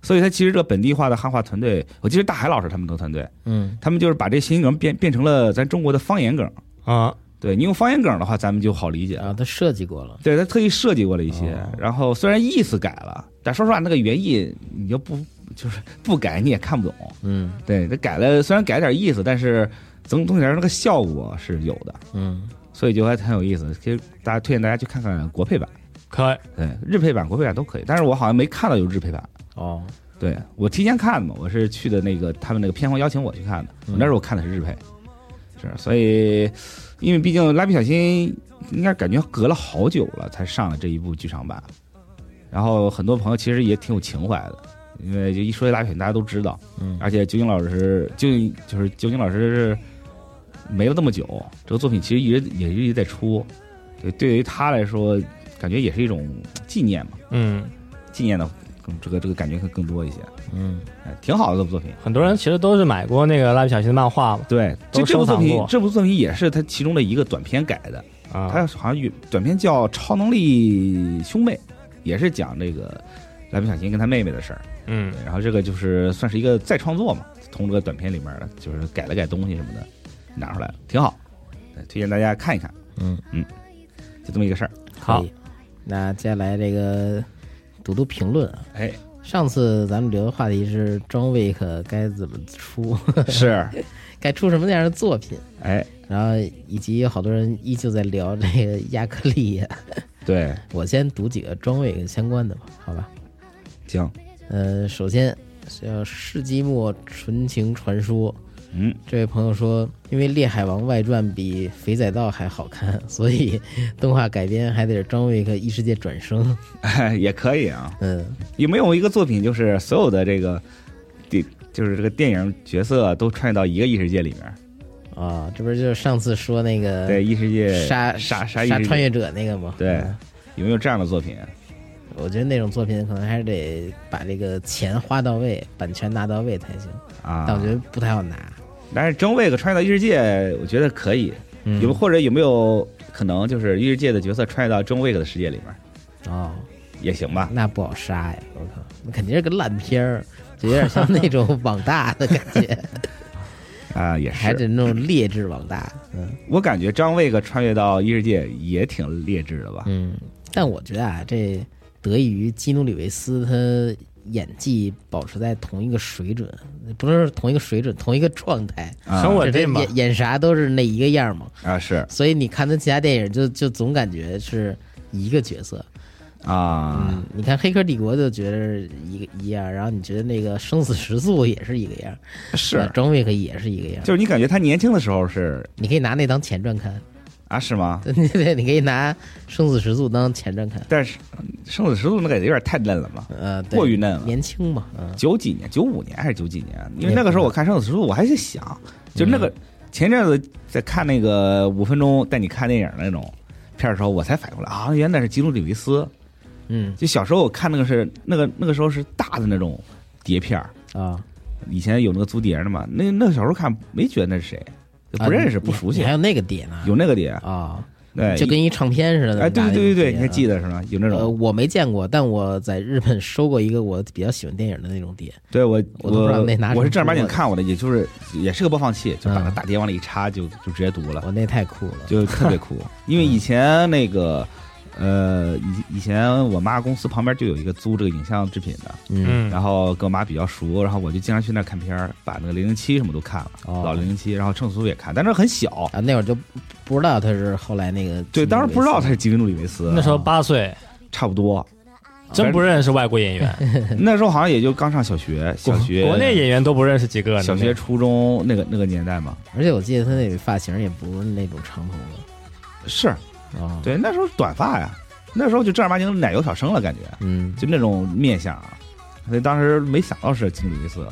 所以他其实这个本地化的汉化团队，我记得大海老师他们的团队，
嗯，
他们就是把这谐音梗变变成了咱中国的方言梗。
啊，
对你用方言梗的话，咱们就好理解
然
了。
后他设计过了，
对他特意设计过了一些，
哦
然后虽然意思改了，但说实话那个原意你就不就是不改你也看不懂。
嗯
对他改了，虽然改了点意思，但是总总体来说那个效果是有的，
嗯，
所以就还很有意思。其实大家推荐大家去看看国配版，
可以，
对日配版、国配版都可以，但是我好像没看到有日配版。
哦，
对我提前看的嘛，我是去的那个他们那个片方邀请我去看的，
嗯
我那时候我看的是日配，是所以，因为毕竟《蜡笔小新》应该感觉隔了好久了才上了这一部剧场版，然后很多朋友其实也挺有情怀的，因为就一说起蜡笔小新大家都知道，
嗯
而且究竟老师究竟就是究竟老师是没了那么久，这个作品其实一直也一直在出，对，对于他来说，感觉也是一种纪念嘛，
嗯，
纪念的更这个这个感觉会更多一些。
嗯，
哎，挺好的这部作品。
很多人其实都是买过那个蜡笔小新的漫画嘛，
对，
都
这这部
收藏
作品
过，
这部作品也是它其中的一个短片改的，
啊
它好像有短片叫《超能力兄妹》，也是讲这个蜡笔小新跟他妹妹的事儿。
嗯
对，然后这个就是算是一个再创作嘛，从这个短片里面的就是改了改东西什么的，拿出来了，挺好。对推荐大家看一看，
嗯
嗯，就这么一个事儿。
好
可以，那接下来这个读读评论啊。
哎，
上次咱们聊的话题是装 week 该怎么出，
是，
该出什么样的作品，
哎，
然后以及有好多人依旧在聊这个亚克力 呀、
对，
我先读几个装 week 相关的吧，好吧？
行，
呃，首先叫世纪末纯情传说，
嗯，
这位朋友说，因为《猎海王外传》比《肥仔道》还好看， 所以动画改编还得是装 week 异世界转生。
也可以啊。
嗯，
有没有一个作品就是所有的这个电，就是这个电影角色都穿越到一个异世界里面？
啊，这不是就是上次说那个
对，异世界
呃杀
杀
杀
异世界
穿越者那个吗？
对
嗯，
有没有这样的作品？
我觉得那种作品可能还是得把这个钱花到位，版权拿到位才行。
啊，
但我觉得不太好拿。
但是真为个穿越到异世界，我觉得可以。
嗯
有或者有没有可能就是异世界的角色穿越到真维克的世界里面
哦，
也行吧？
那不好杀呀！我靠，那肯定是个烂片儿，就有点像那种网大的感 觉，
啊，也
还
是。
得那种劣质网大。嗯
我感觉张卫克穿越到异世界也挺劣质的吧？
嗯，但我觉得啊，这得益于基努里维斯他演技保持在同一个水准，不是说同一个水准，同一个状态。
啊
生活
这
稳定吧
演演啥都是那一个样儿嘛。
啊是
所以你看他其他电影就，就总感觉是一个角色。
啊
嗯，你看《黑客帝国》就觉得一个一样，然后你觉得那个《生死时速》也是一个样，呃
是
《装备可也是一个样。
就是你感觉他年轻的时候是
你可以拿那当前传看，
啊是吗？
对对，你可以拿《生死时速》当前传看。
但是嗯生死时速那个有点太嫩了嘛，
呃，对
过于嫩了。
年轻嘛，嗯、
九几年，九五年还是九几年？啊因为那个时候我看《生死时速》，我还在想，就那
嗯
个前阵子在看那个五分钟带你看电影那种片儿的时候，我才反应过来啊，原来那是基努里维斯。
嗯
就小时候我看那个是那个那个时候是大的那种碟片儿，
啊，
以前有那个租碟的嘛，那那个小时候看没觉得那是谁，就不认识、
啊
不熟
你
悉
还。有那个点呢，
有那个碟，
啊，
对，
就跟一唱片似的那
哎，
么
对
大的一个碟啊。
对对对对，你还记得是吗？有那
呃，
种，
我没见过，但我在日本收过一个我比较喜欢电影的那种碟，
对我
我都不知道那拿什么
我是正儿八经
播的
看我的，也就是也是个播放器，就把那
嗯
大碟往里一插，就就直接读了。
我嗯那太酷了。
就特别酷， 因为以前那个，呃，以以前我妈公司旁边就有一个租这个影像制品的，
嗯，
嗯，
然后跟我妈比较熟，然后我就经常去那儿看片儿，把那个零零七什么都看了，
哦
老零零七，然后圣苏也看，但那很小，
啊，那会儿就不知道他是后来那个
对，当时不知道他
是
是吉米·努里维斯，
那时候八岁，
差不多，
真不认识外国演员，
那时候好像也就刚上小学，小学
国内演员都不认识几个呢。
小学、初中那个那个年代嘛，
而且我记得他那个发型也不是那种长头发
是
啊，，
对，那时候短发呀，那时候就正儿八经奶油小生了，感觉，
嗯
就那种面相啊，所以当时没想到是经理维斯，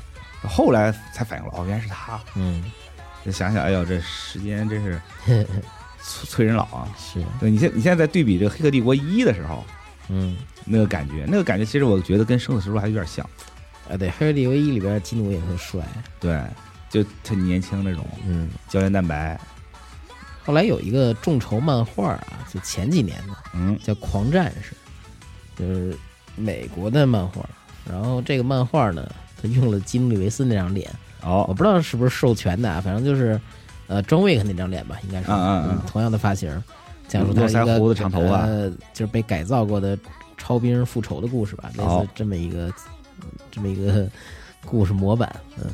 后来才反应过来，哦，原来是他。
嗯
再想想，哎呦，这时间真是催催人老啊！
是，
对你现你现在在对比这个《黑客帝国一》的时候，
嗯，
那个感觉，那个感觉其实我觉得跟生死时路还有点像，
啊，对，《黑利唯一》里边基努也特帅，
对，就很年轻那种
嗯。
胶原蛋白，
后来有一个众筹漫画啊，就前几年的，
嗯
叫《狂战士》，就是美国的漫画。然后这个漫画呢，他用了基努里维斯那张脸，我
哦，
不知道是不是授权的啊，反正就是，呃，庄威克那张脸吧，应该是，
嗯嗯嗯
同样的发型，讲述他
络
一个
腮胡子长头发
呃，就是被改造过的超兵复仇的故事吧，类
哦
似这么一个、这么一个故事模板，嗯，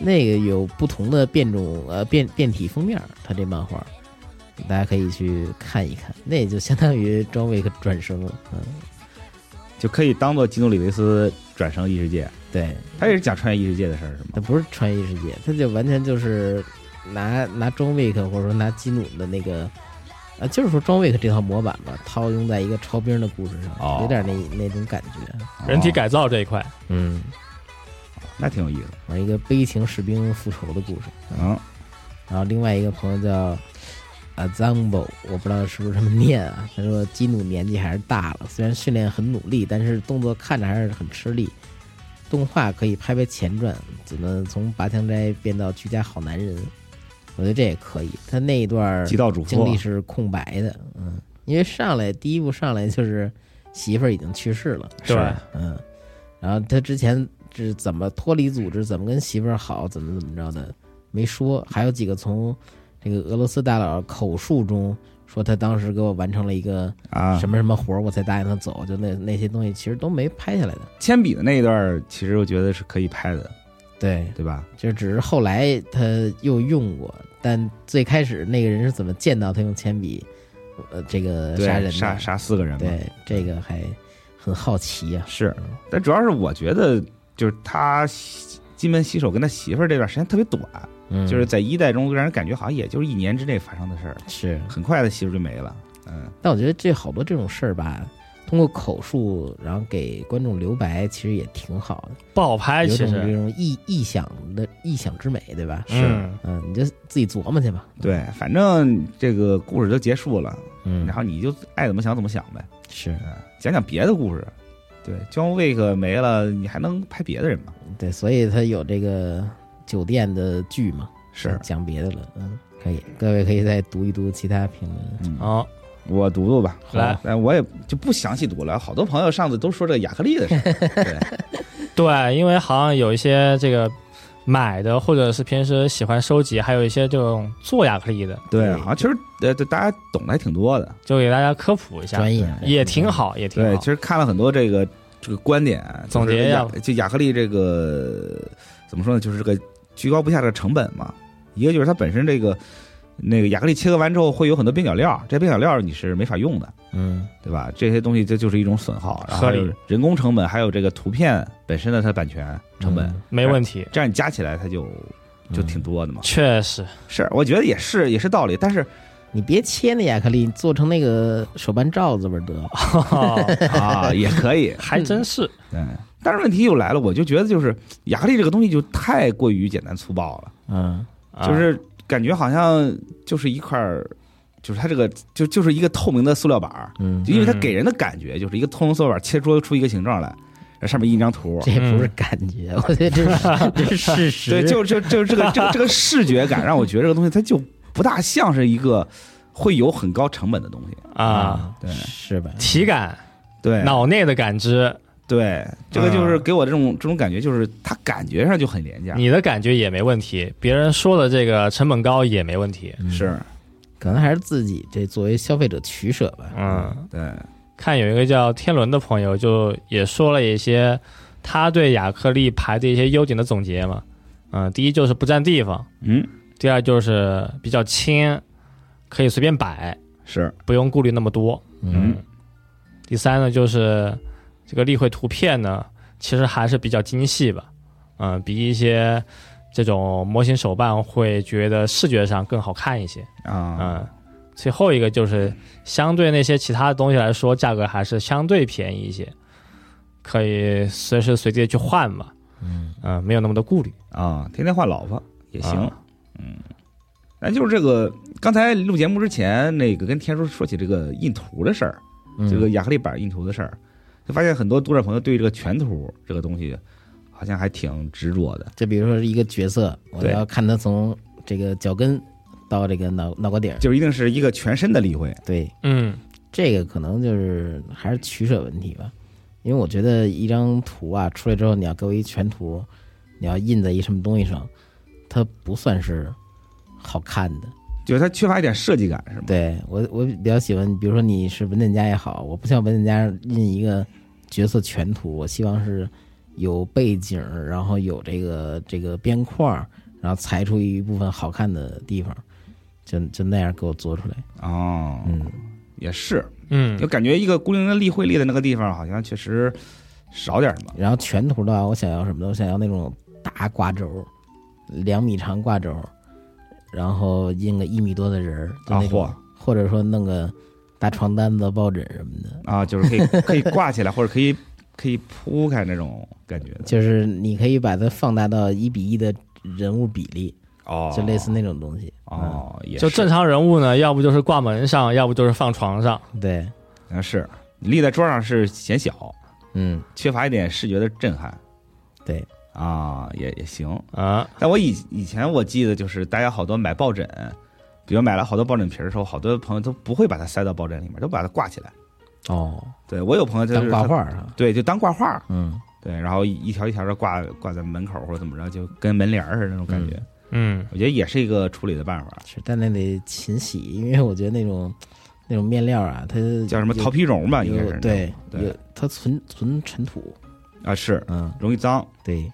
那个有不同的变种呃变变体封面，他这漫画。大家可以去看一看，那也就相当于庄威克转生了，嗯，
就可以当做基努里维斯转生异世界，
对，
他也是讲穿越异世界的事儿是吗？
那不是穿越世界，他就完全就是拿拿庄威克或者说拿基努的那个，啊，就是说庄威克这套模板吧，套用在一个超兵的故事上，
哦
有点那那种感觉。
人体
哦
改造这一块，
嗯，
那挺有意思，
玩啊一个悲情士兵复仇的故事。
嗯，
然后另外一个朋友叫。啊 z a m b o 我不知道是不是这么念啊。 他说基努年纪还是大了，虽然训练很努力，但是动作看着还是很吃力。动画可以拍拍前传，怎么从拔枪斋变到居家好男人？我觉得这也可以。他那一段
嗯极道主啊
经
妇
历是空白的，嗯，因为上来第一步上来就是媳妇儿已经去世了，
对
是
嗯，然后他之前是怎么脱离组织，怎么跟媳妇儿好，怎么怎么着的，没说。还有几个从这个俄罗斯大佬口述中说，他当时给我完成了一个
啊，
什么什么活儿，我才答应他走，就那那些东西其实都没拍下来的。
铅笔的那一段儿其实我觉得是可以拍的，
对，
对吧？
就只是后来他又用过，但最开始那个人是怎么见到他用铅笔，呃，这个
对
杀人的？
杀杀四个人嘛，
对，这个还很好奇啊呀、
是，但主要是我觉得就是他金门洗手跟他媳妇儿这段时间特别短，
嗯
就是在一代中让人感觉好像也就是一年之内发生的事儿，
是
很快他媳妇儿就没了。嗯，
但我觉得这好多这种事儿吧，通过口述，然后给观众留白，其实也挺好的，
不好
哎
拍，
有
其
种这
实
种意意想的意想之美，对吧？
嗯
嗯，你就自己琢磨去吧。
对，反正这个故事就结束了，
嗯
然后你就爱怎么想怎么想呗，
是
嗯，讲讲别的故事。对，john wick 没了，你还能拍别的人吗？
对，所以他有这个酒店的剧嘛，
是，
讲别的了。嗯，可以，各位可以再读一读其他评论。
嗯，
好，
我读读吧，
来
好但我也就不详细读了。好多朋友上次都说这个亚克力 的事儿，
对，因为好像有一些这个买的，或者是平时喜欢收集，还有一些这种做亚克力的，
对，好像其实呃，对大家懂得还挺多的，
就给大家科普一下，
专业
也挺，好，也挺
对，
好
其。实看了很多这个这个观点，啊
总
就是
结一下
亚
吧
就雅克力这个怎么说呢？就是这个居高不下的成本嘛。一个就是它本身这个那个雅克力切割完之后会有很多边角料，这边角料你是没法用的，
嗯，
对吧？这些东西这就是一种损耗，然后
合理
还有人工成本，还有这个图片本身的它版权成本，
嗯
没问题，
这样你加起来它就就
嗯
挺多的嘛。
确实
是，我觉得也是也是道理，但是
你别切那亚克力，做成那个手办罩子不是得 了？
哈哈
啊也可以，
还真是
对。但是问题又来了，我就觉得就是雅克力这个东西就太过于简单粗暴了。
嗯，
啊
就是感觉好像就是一块儿，就是它这个就就是一个透明的塑料板儿，
嗯
就因为它
嗯
给人的感觉就是一个透明塑料板儿切出出一个形状来，然后上面印一张图。
这不是感觉，我觉得这 是这是事实。
对，就就就这个这个这个视觉感让我觉得这个东西它就不大像是一个会有很高成本的东西。
啊，
对
是吧？
体感、
对
脑内的感知，
对，这个就是给我这种这种感觉，就是它感觉上就很廉价。
你的感觉也没问题，别人说的这个成本高也没问题。
是
嗯可能还是自己这作为消费者取舍吧。
嗯，
对，
看有一个叫天伦的朋友，就也说了一些他对亚克力牌的一些优点的总结嘛。嗯，第一就是不占地方，
嗯，
第二就是比较轻，可以随便摆，
是
不用顾虑那么多。
嗯，
第三呢，就是这个例会图片呢，其实还是比较精细吧，嗯、比一些这种模型手办会觉得视觉上更好看一些，嗯、
啊，
最后一个就是相对那些其他的东西来说，价格还是相对便宜一些，可以随时随地地去换嘛，嗯、没有那么多顾虑
啊，天天换老婆也行。
啊
嗯，那就是这个，刚才录节目之前，那个跟天叔说起这个印图的事儿，
嗯
这个亚克力板印图的事儿，就发现很多读者朋友对这个全图这个东西好像还挺执着的。
就比如说是一个角色，我
对
要看他从这个脚跟到这个脑脑瓜顶儿，
就一定是一个全身的例会，
对，
嗯
这个可能就是还是取舍问题吧，因为我觉得一张图啊出来之后，你要给我一全图，你要印在一什么东西上，它不算是好看的。
就是它缺乏一点设计感，是吗？
对我我比较喜欢，比如说你是文件夹也好，我不像文件夹印一个角色全图，我希望是有背景，然后有这个这个边框，然后裁出一部分好看的地方，就就那样给我做出来。
哦，
嗯，
也是，就
嗯
感觉一个孤零零的例会立在那个地方，好像确实少点什么。
然后全图的话，我想要什么呢？我想要那种大挂轴，两米长挂轴，然后印个一米多的人儿，就
啊
那种
嚯
或者说弄个大床单子、抱枕什么的。
啊，就是可以可以挂起来，或者可以可以铺开那种感觉的
就是你可以把它放大到一比一的人物比例，
哦
就类似嗯那种东西。
哦，也
就是正常人物呢，要不就是挂门上，要不就是放床上。
嗯对，
啊是你立在桌上是显小，
嗯，
缺乏一点视觉的震撼
对，
啊，也也行。
啊，
但我以以前我记得就是大家好多买抱枕，比如买了好多抱枕皮儿的时候，好多朋友都不会把它塞到抱枕里面，都把它挂起来。
哦，
对我有朋友就是
当挂
他
画儿啊，
对，就当挂画儿，
嗯，
对，然后一条一条的挂挂在门口或者怎么着，就跟门帘儿似的那种感觉。
嗯
我觉得也是一个处理的办法，
是，但那得勤洗，因为我觉得那种那种面料啊，它
叫什么
有
桃皮绒吧，应该
有
是
对，
对
有它存存尘土，
啊，是
嗯，
容易脏，
对，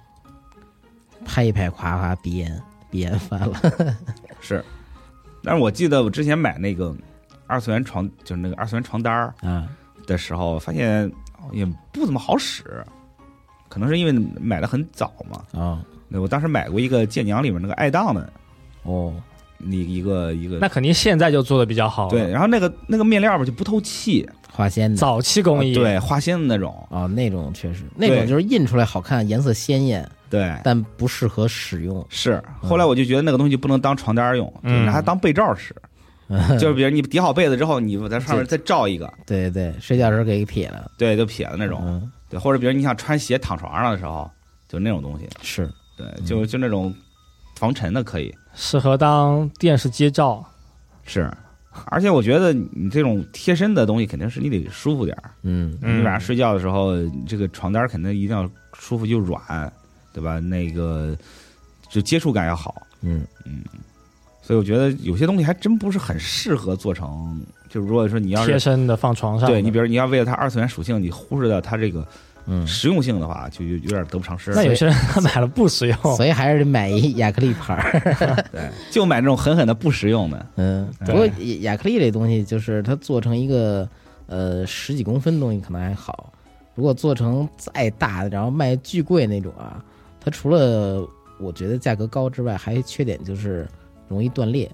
拍一拍，夸夸鼻炎，鼻炎犯了，
是。但是我记得我之前买那个二次元床，就是那个二次元床单儿
啊，
的时候，发现哦也不怎么好使，可能是因为买的很早嘛。
哦，
那我当时买过一个剑娘里面那个爱当的，
哦，
那一个一
那
个。
肯定现在就做的比较好了。
对，，然后那个那个面料吧就不透气，
花仙的，
早期工艺，
啊对花心的那种，
哦，那种确实，那
对
种就是印出来好看，颜色鲜艳，
对，
但嗯不适合使用。
是。后来我就觉得那个东西不能当床单儿用，就
嗯
拿它当被罩 使，就是比如你叠好被子之后，你在上面再罩一个，
对对，睡觉时候给撇了
对，就撇了那种，
嗯，
对，或者比如你想穿鞋躺床上的时候，就那种东西，
是
嗯
对，就就那种防尘的可以
适合当电视机罩。
是，而且我觉得你这种贴身的东西肯定是你得舒服点儿，
嗯
你晚上
嗯
睡觉的时候，这个床单儿肯定一定要舒服又软，对吧？那个就接触感要好，
嗯
所以我觉得有些东西还真不是很适合做成，就如果说你要
贴
是。
身的放床上的，
对你，比如你要为了它二次元属性，你忽视掉它这个
嗯，
实用性的话，就有有点得不偿失。
那有些 人他买了不实用，
哦
所以还是得买一亚克力牌儿。
对，就买那种狠狠的不实用的。
嗯，
对
不过亚克力这东西，就是它做成一个呃十几公分东西可能还好，如果做成再大的，然后卖巨贵那种啊，它除了我觉得价格高之外，还有缺点就是容易断裂。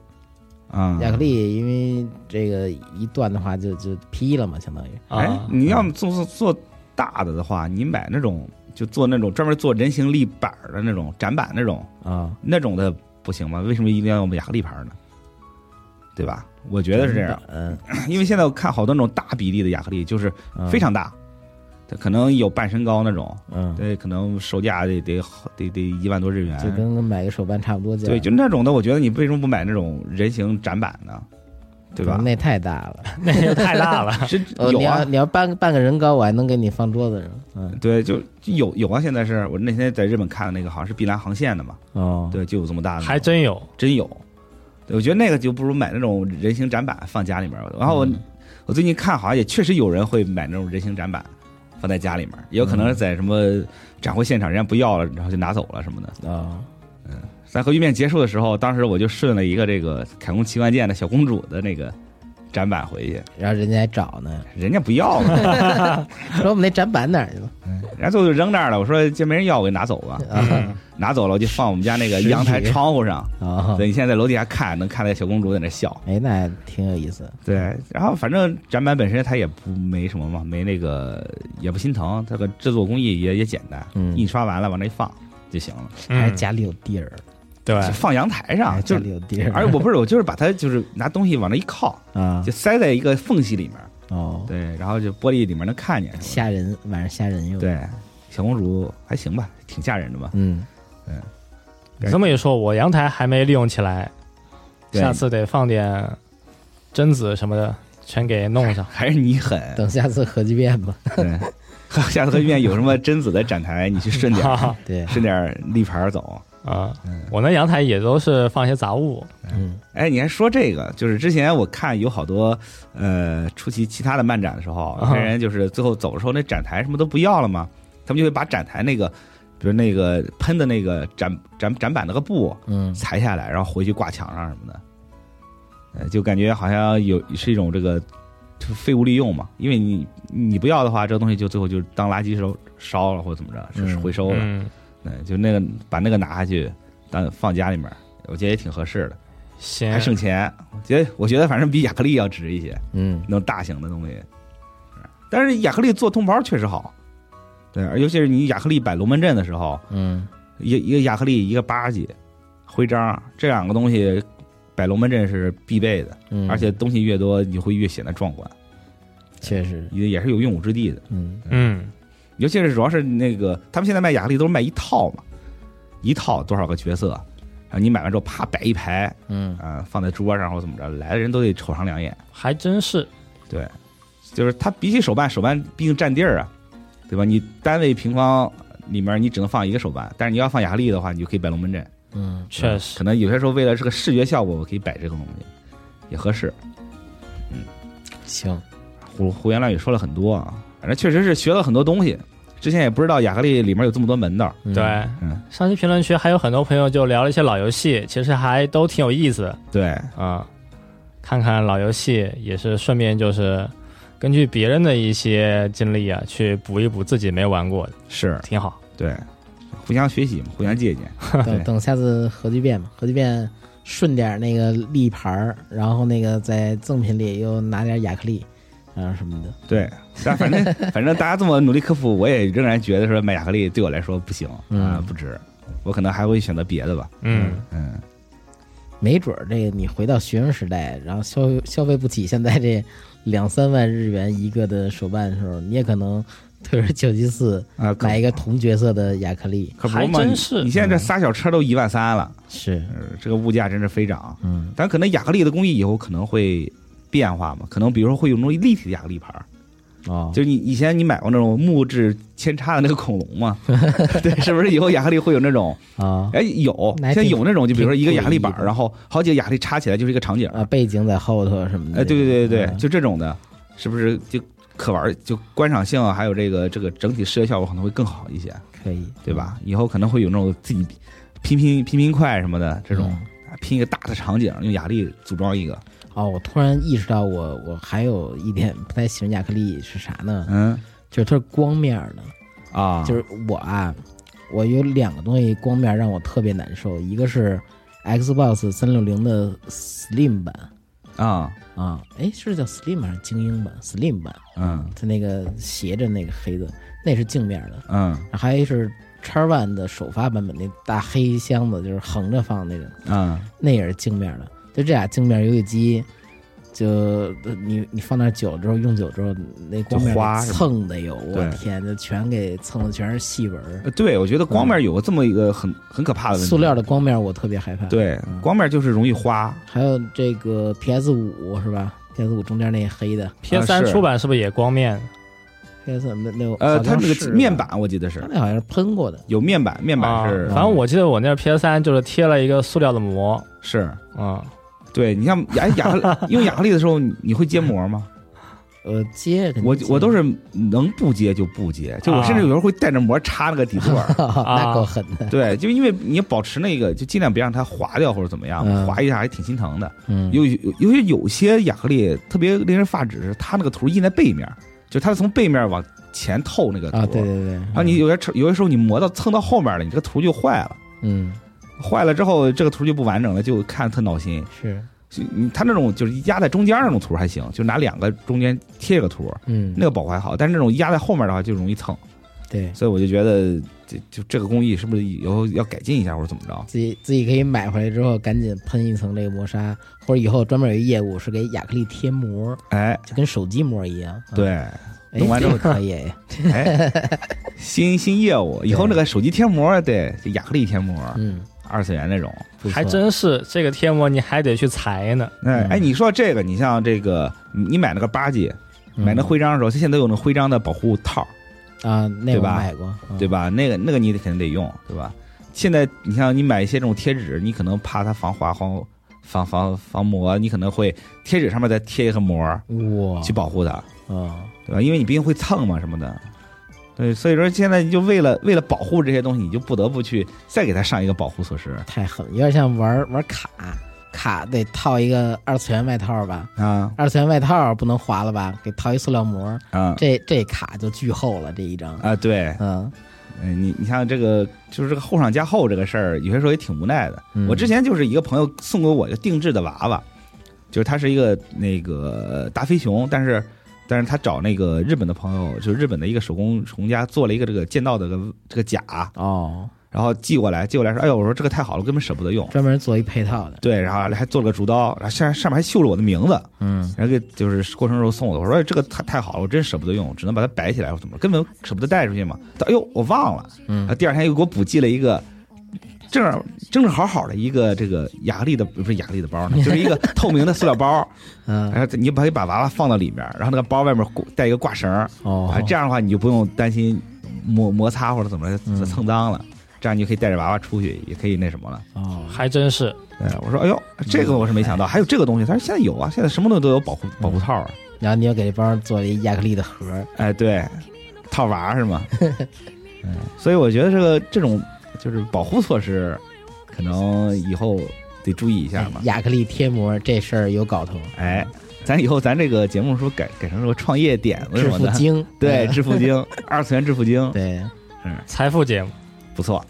啊，
亚克。力因为这个一断的话就就劈了嘛，相当于。
哎
啊，，
你要做做做大的的话，你买那种就做那种专门做人形立板儿的那种展板那种
啊，
那种的不行吗？为什么一定要用亚克力牌呢？对吧？我觉得是这样，
嗯，
因为现在我看好多那种大比例的亚克力，就是
嗯，
非常大，它可能有半身高那种，
嗯，
对，可能售价得得得得一万多日元，
就跟买个手办差不多价。
对，就那种的，我觉得你为什么不买那种人形展板呢？对吧？
那太大 了，
那就太大了。
是
呃，
有
你要
啊，
你要半半个人高，我还能给你放桌子上。嗯，
对，就就有有啊。现在是我那天在日本看那个，好像是碧蓝航线的嘛，
哦，
对，就有这么大的那种，
还真有，
真有。对我觉得那个就不如买那种人形展板放家里面儿。然后我、我最近看，好像也确实有人会买那种人形展板放在家里面儿，也有可能是在什么展会现场人家不要了，然后就拿走了什么的。
啊，
在核聚变结束的时候，当时我就顺了一个这个凯宫奇幻舰的小公主的那个展板回去，
然后人家还找呢，
人家不要了。
说我们那展板哪儿 去了？
然后最后就扔那儿了。我说这没人要，我给拿走吧。
嗯
啊
拿走了我就放我们家那个
实体
阳台窗户上。
啊，
对，你现在在楼底下看，能看到小公主在那笑。
哎，那还挺有意思。
对，然后反正展板本身它也不没什么嘛，没那个也不心疼，它个制作工艺也也简单，
嗯
印刷完了往那一放就行了，
还是
嗯
家里有地儿，
对，
就放阳台上
还
啊就
哎家。里有地儿，
而且我不是，我就是把它就是拿东西往那一靠，
啊
就塞在一个缝隙里面，
哦，
对，然后就玻璃里面能看见，
吓人，晚上吓人用。，
对，小公主还行吧，挺吓人的吧？
嗯，
你这么一说，我阳台还没利用起来，
对
下次得放点榛子什么的，全给弄 上。
还是你狠，
等下次核聚变 吧。
对， 下次和医院有什么贞子的展台，你去顺 点
哈
儿，
哈
对，
顺点儿立牌儿走。
啊，
嗯
我那阳台也都是放一些杂物，
嗯
哎，你还说这个，就是之前我看有好多呃出席其他的漫展的时候，有
啊
些人就是最后走的时候，那展台什么都不要了嘛，他们就会把展台那个，比如那个喷的那个展展展板那个布
嗯，
裁下来，然后回去挂墙上什么的，呃，就感觉好像有是一种这个就废物利用嘛，因为你你不要的话，这个东西就最后就当垃圾收烧了或者怎么着，是
嗯
回收了。
嗯，
对，就那个把那个拿下去，当放家里面儿，我觉得也挺合适的，
行
还，省钱。我觉得我觉得反正比亚克力要值一些，
嗯
那种大型的东西。但是亚克力做通包确实好，对，而尤其是你亚克力摆龙门阵的时候，
嗯，
一一个亚克力，一个八级徽章，这两个东西摆龙门阵是必备的，
嗯，
而且东西越多，你会越显得壮观，
确实，
也也是有用武之地的。
嗯
嗯，
尤其是主要是那个，他们现在卖亚克力都是卖一套嘛，一套多少个角色，然后你买完之后啪摆一排，
嗯
啊、放在桌上或怎么着，来的人都得瞅上两眼。
还真是，
就是它比起手办，手办毕竟占地儿啊，对吧？你单位平方里面你只能放一个手办，但是你要放亚克力的话，你就可以摆龙门阵。
嗯
确
可
实，
能有些时候为了这个视觉效果，我可以摆这个东西，也合适。
行，
胡胡言乱语说了很多啊，反正确实是学了很多东西。之前也不知道亚克力里面有这么多门道，
嗯
对，
嗯
上期评论区还有很多朋友就聊了一些老游戏，其实还都挺有意思的
对，
啊、看看老游戏也是顺便就是根据别人的一些经历啊，去补一补自己没玩过的，
是，
挺好。
对，互相学习嘛，互相借鉴。
等等下次核聚变吧，核聚变顺点那个立牌儿，然后那个在赠品里又拿点亚克力，然后什么的，
对，但反正反正大家这么努力克服，我也仍然觉得说买亚克力对我来说不行啊、
嗯
不值。我可能还会选择别的吧。
嗯，
嗯，
没准儿这个你回到学生时代，然后消费消费不起现在这两三万日元一个的手办的时候，你也可能退而求其次
啊，可
买一个同角色的亚克力。
可不
还
嘛，
真
你
是
你现在
嗯
这仨小车都一万三了，
是，
呃这个物价真是飞涨。
嗯
但可能亚克力的工艺以后可能会变化嘛，可能比如说会有那种立体的亚克力牌儿，
哦，
就是你以前你买过那种木质扦插的那个恐龙 嘛，对，是不是以后亚克力会有那种？
啊
哎，有，
那还
现在
挺
有那种，就比如说一个亚克力板
挺诡异
儿，
的
然后好几个亚克力插起来就是一个场景，
啊，背景在后头什么的。
哎，对对对对对，
嗯
就这种的，是不是就可玩儿就观赏性啊，还有这个这个整体视觉效果可能会更好一些，
可以，
对吧？以后可能会有那种自己拼拼拼拼块什么的这种
嗯。
拼一个大的场景，用亚克力组装一个，
哦，我突然意识到我，我还有一点不太喜欢亚克力是啥呢？
嗯
就是它是光面儿的，
啊，
就是是我啊，我有两个东西光面让我特别难受，一个是 Xbox 三六零的 Slim 版
啊，
啊，哎，是叫 Slim 还是精英版？Slim 版，
嗯
它那个斜着那个黑的，那是镜面的，
嗯
还有一是 X One 的首发版本那大黑箱子，就是横着放那个，
嗯
那也是镜面的。就这俩镜面游戏机，就你你放那儿久了之后，用久之后，那光面
就花是吧
蹭的有，我
对
天，就全给蹭的全是细纹儿。
呃对，我觉得光面有个这么一个很很可怕的问题，
嗯塑料的嗯光面我特别害怕。，
对，光面就是容易花，
还有这个 PS 五是吧？PS 五中间那黑的
PS 三
啊是
出版是不是也光面？
PS 那那
呃，
好
它
像
那
是
个
吧
面，板我记得
它
是
那好像是喷过的。
有面板，面板是嗯
啊、反正我记得我那 PS 三就是贴了一个塑料的膜，
是，
嗯，
对你像哎亚 克力用亚克力的时候，你你会揭膜吗？
呃，接肯定
我
接，
我都是能不揭就不揭，就我甚至有时候会带着膜插那个底座儿
啊
那够狠 的。
对，就因为你要保持那个，就尽量别让它滑掉或者怎么样
嗯，
滑一下还挺心疼的。
嗯，
尤其尤其有些亚克力特别令人发指，是它那个图印在背面，就它从背面往前透那个图，
啊，对对对，
然后你有些时候有些时候你磨到蹭到后面了，你这个图就坏了，
嗯
坏了之后这个图就不完整了，就看着特闹心。
是
就你它那种就是压在中间那种图还行，就拿两个中间贴一个图，
嗯
那个保护还好，但是那种压在后面的话就容易蹭。
对
所以我就觉得这就这个工艺是不是以后要改进一下，或者怎么着？
自己自己可以买回来之后赶紧喷一层这个磨砂，或者以后专门有一业务是给亚克力贴膜，
哎，
就跟手机膜一样。啊，
对，
哎
弄完之
这
后
个可以，哎
哎，新新业务，以后那个手机贴膜，对，这亚克力贴膜，
嗯，
二次元那种。
不错
还真是这个贴膜你还得去裁呢。
哎
嗯
哎，你说这个，你像这个，你你买那个八戒，买那
嗯
徽章的时候，现在都有那徽章的保护套，
啊，那
对
我
吧
买过，嗯
对吧？那个那个你得肯定得用，对吧？现在你像你买一些这种贴纸，你可能怕它防滑、防防防防磨，你可能会贴纸上面再贴一个膜
哇
去保护它，
啊，
对吧？因为你毕竟会蹭嘛什么的。对，所以说现在你就为了为了保护这些东西，你就不得不去再给它上一个保护措施
太狠，有点像玩玩卡，卡得套一个二次元外套吧，
啊
二次元外套不能划了吧，给套一塑料膜，
啊
这这卡就巨厚了这一张，
啊！对，
嗯，
嗯，你你像这个就是这个后上加后这个事儿，有些时候也挺无奈的。
嗯
我之前就是一个朋友送给我一个定制的娃娃，就是它是一个那个达菲熊，但是但是他找那个日本的朋友，就是日本的一个手工手工家做了一个这个剑道的这个这个甲，
哦，
然后寄过来，寄过来说，哎呦，我说这个太好了，根本舍不得用。
专门做一配套的，
对，然后还做了个竹刀，然后上上面还绣了我的名字，
嗯，
然后给就是过程时候送我的，我说哎这个太太好了，我真舍不得用，只能把它摆起来，我怎么根本舍不得带出去嘛。他哎呦，我忘了，
嗯
啊，第二天又给我补寄了一个正儿正正好好的一个这个亚克力的不是亚克力的包 呢，就是一个透明的塑料包，
嗯，
然后你把把娃娃放到里面，然后那个包外面挂带一个挂绳，
哦
啊，，这样的话你就不用担心摩摩擦或者怎么
嗯
着蹭脏了，这样你就可以带着娃娃出去，也可以那什么了。
哦，
还真是，
哎，我说哎呦，这个我是没想到，还有这个东西，他说现在有啊，现在什么东西都有保护保护套啊。
然后你又给这帮做了一亚克力的盒，
哎，对，套娃是 吗？嗯，所以我觉得这个这种就是保护措施，可能以后得注意一下嘛。
亚克力贴膜这事儿有搞头，
哎，咱以后咱这个节目是不是改改成什么创业点子什
致
么
富
的？
经，
对，
嗯
致富经，二次元致富经，
对。
财富节目
不错。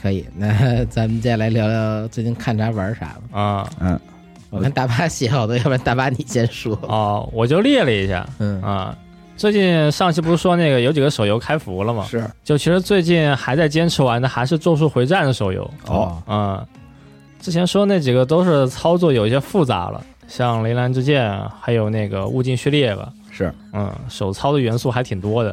可以，那咱们接下来聊聊最近看啥玩啥吧。
啊
嗯，
我看大巴写好多，要不然大巴你先说。
哦，我就列了一下
嗯
啊。最近上期不是说那个有几个手游开服了吗？
是
就其实最近还在坚持玩的还是《咒术回战》的手游。
哦，
嗯，之前说那几个都是操作有一些复杂了，像《雷兰之剑》还有那个《物尽序列》吧。
是，
嗯，手操的元素还挺多的。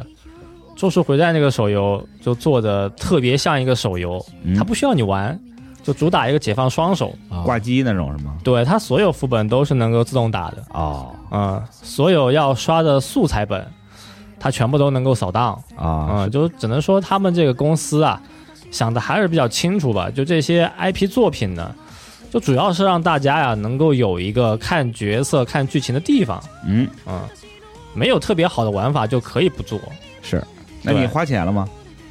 《咒术回战》这个手游就做的特别像一个手游，
嗯
它不需要你玩，就主打一个解放双手。
啊
挂机那种是吗？
对，它所有副本都是能够自动打的，
哦
嗯，所有要刷的素材本，它全部都能够扫荡，
啊，
嗯，就只能说他们这个公司啊，想的还是比较清楚吧。就这些 IP 作品呢，就主要是让大家呀、能够有一个看角色、看剧情的地方，
嗯，
嗯，没有特别好的玩法就可以不做。
是。那你
对
花钱了吗？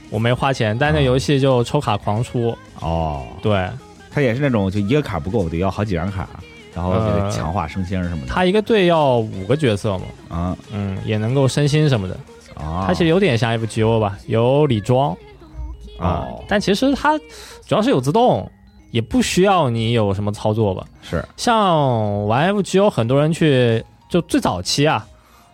我没花钱，
啊
但那游戏就抽卡狂出，
哦，
对
他也是那种就一个卡不够，得要好几张卡，然后给它
呃
强化升星什么的。
他一个队要五个角色嘛，
啊
嗯，也能够升星什么的。
啊，
它其实有点像 FGO 吧，有李庄啊，
哦
但其实它主要是有自动，也不需要你有什么操作吧。
是
像玩 FGO，很多人去就最早期啊，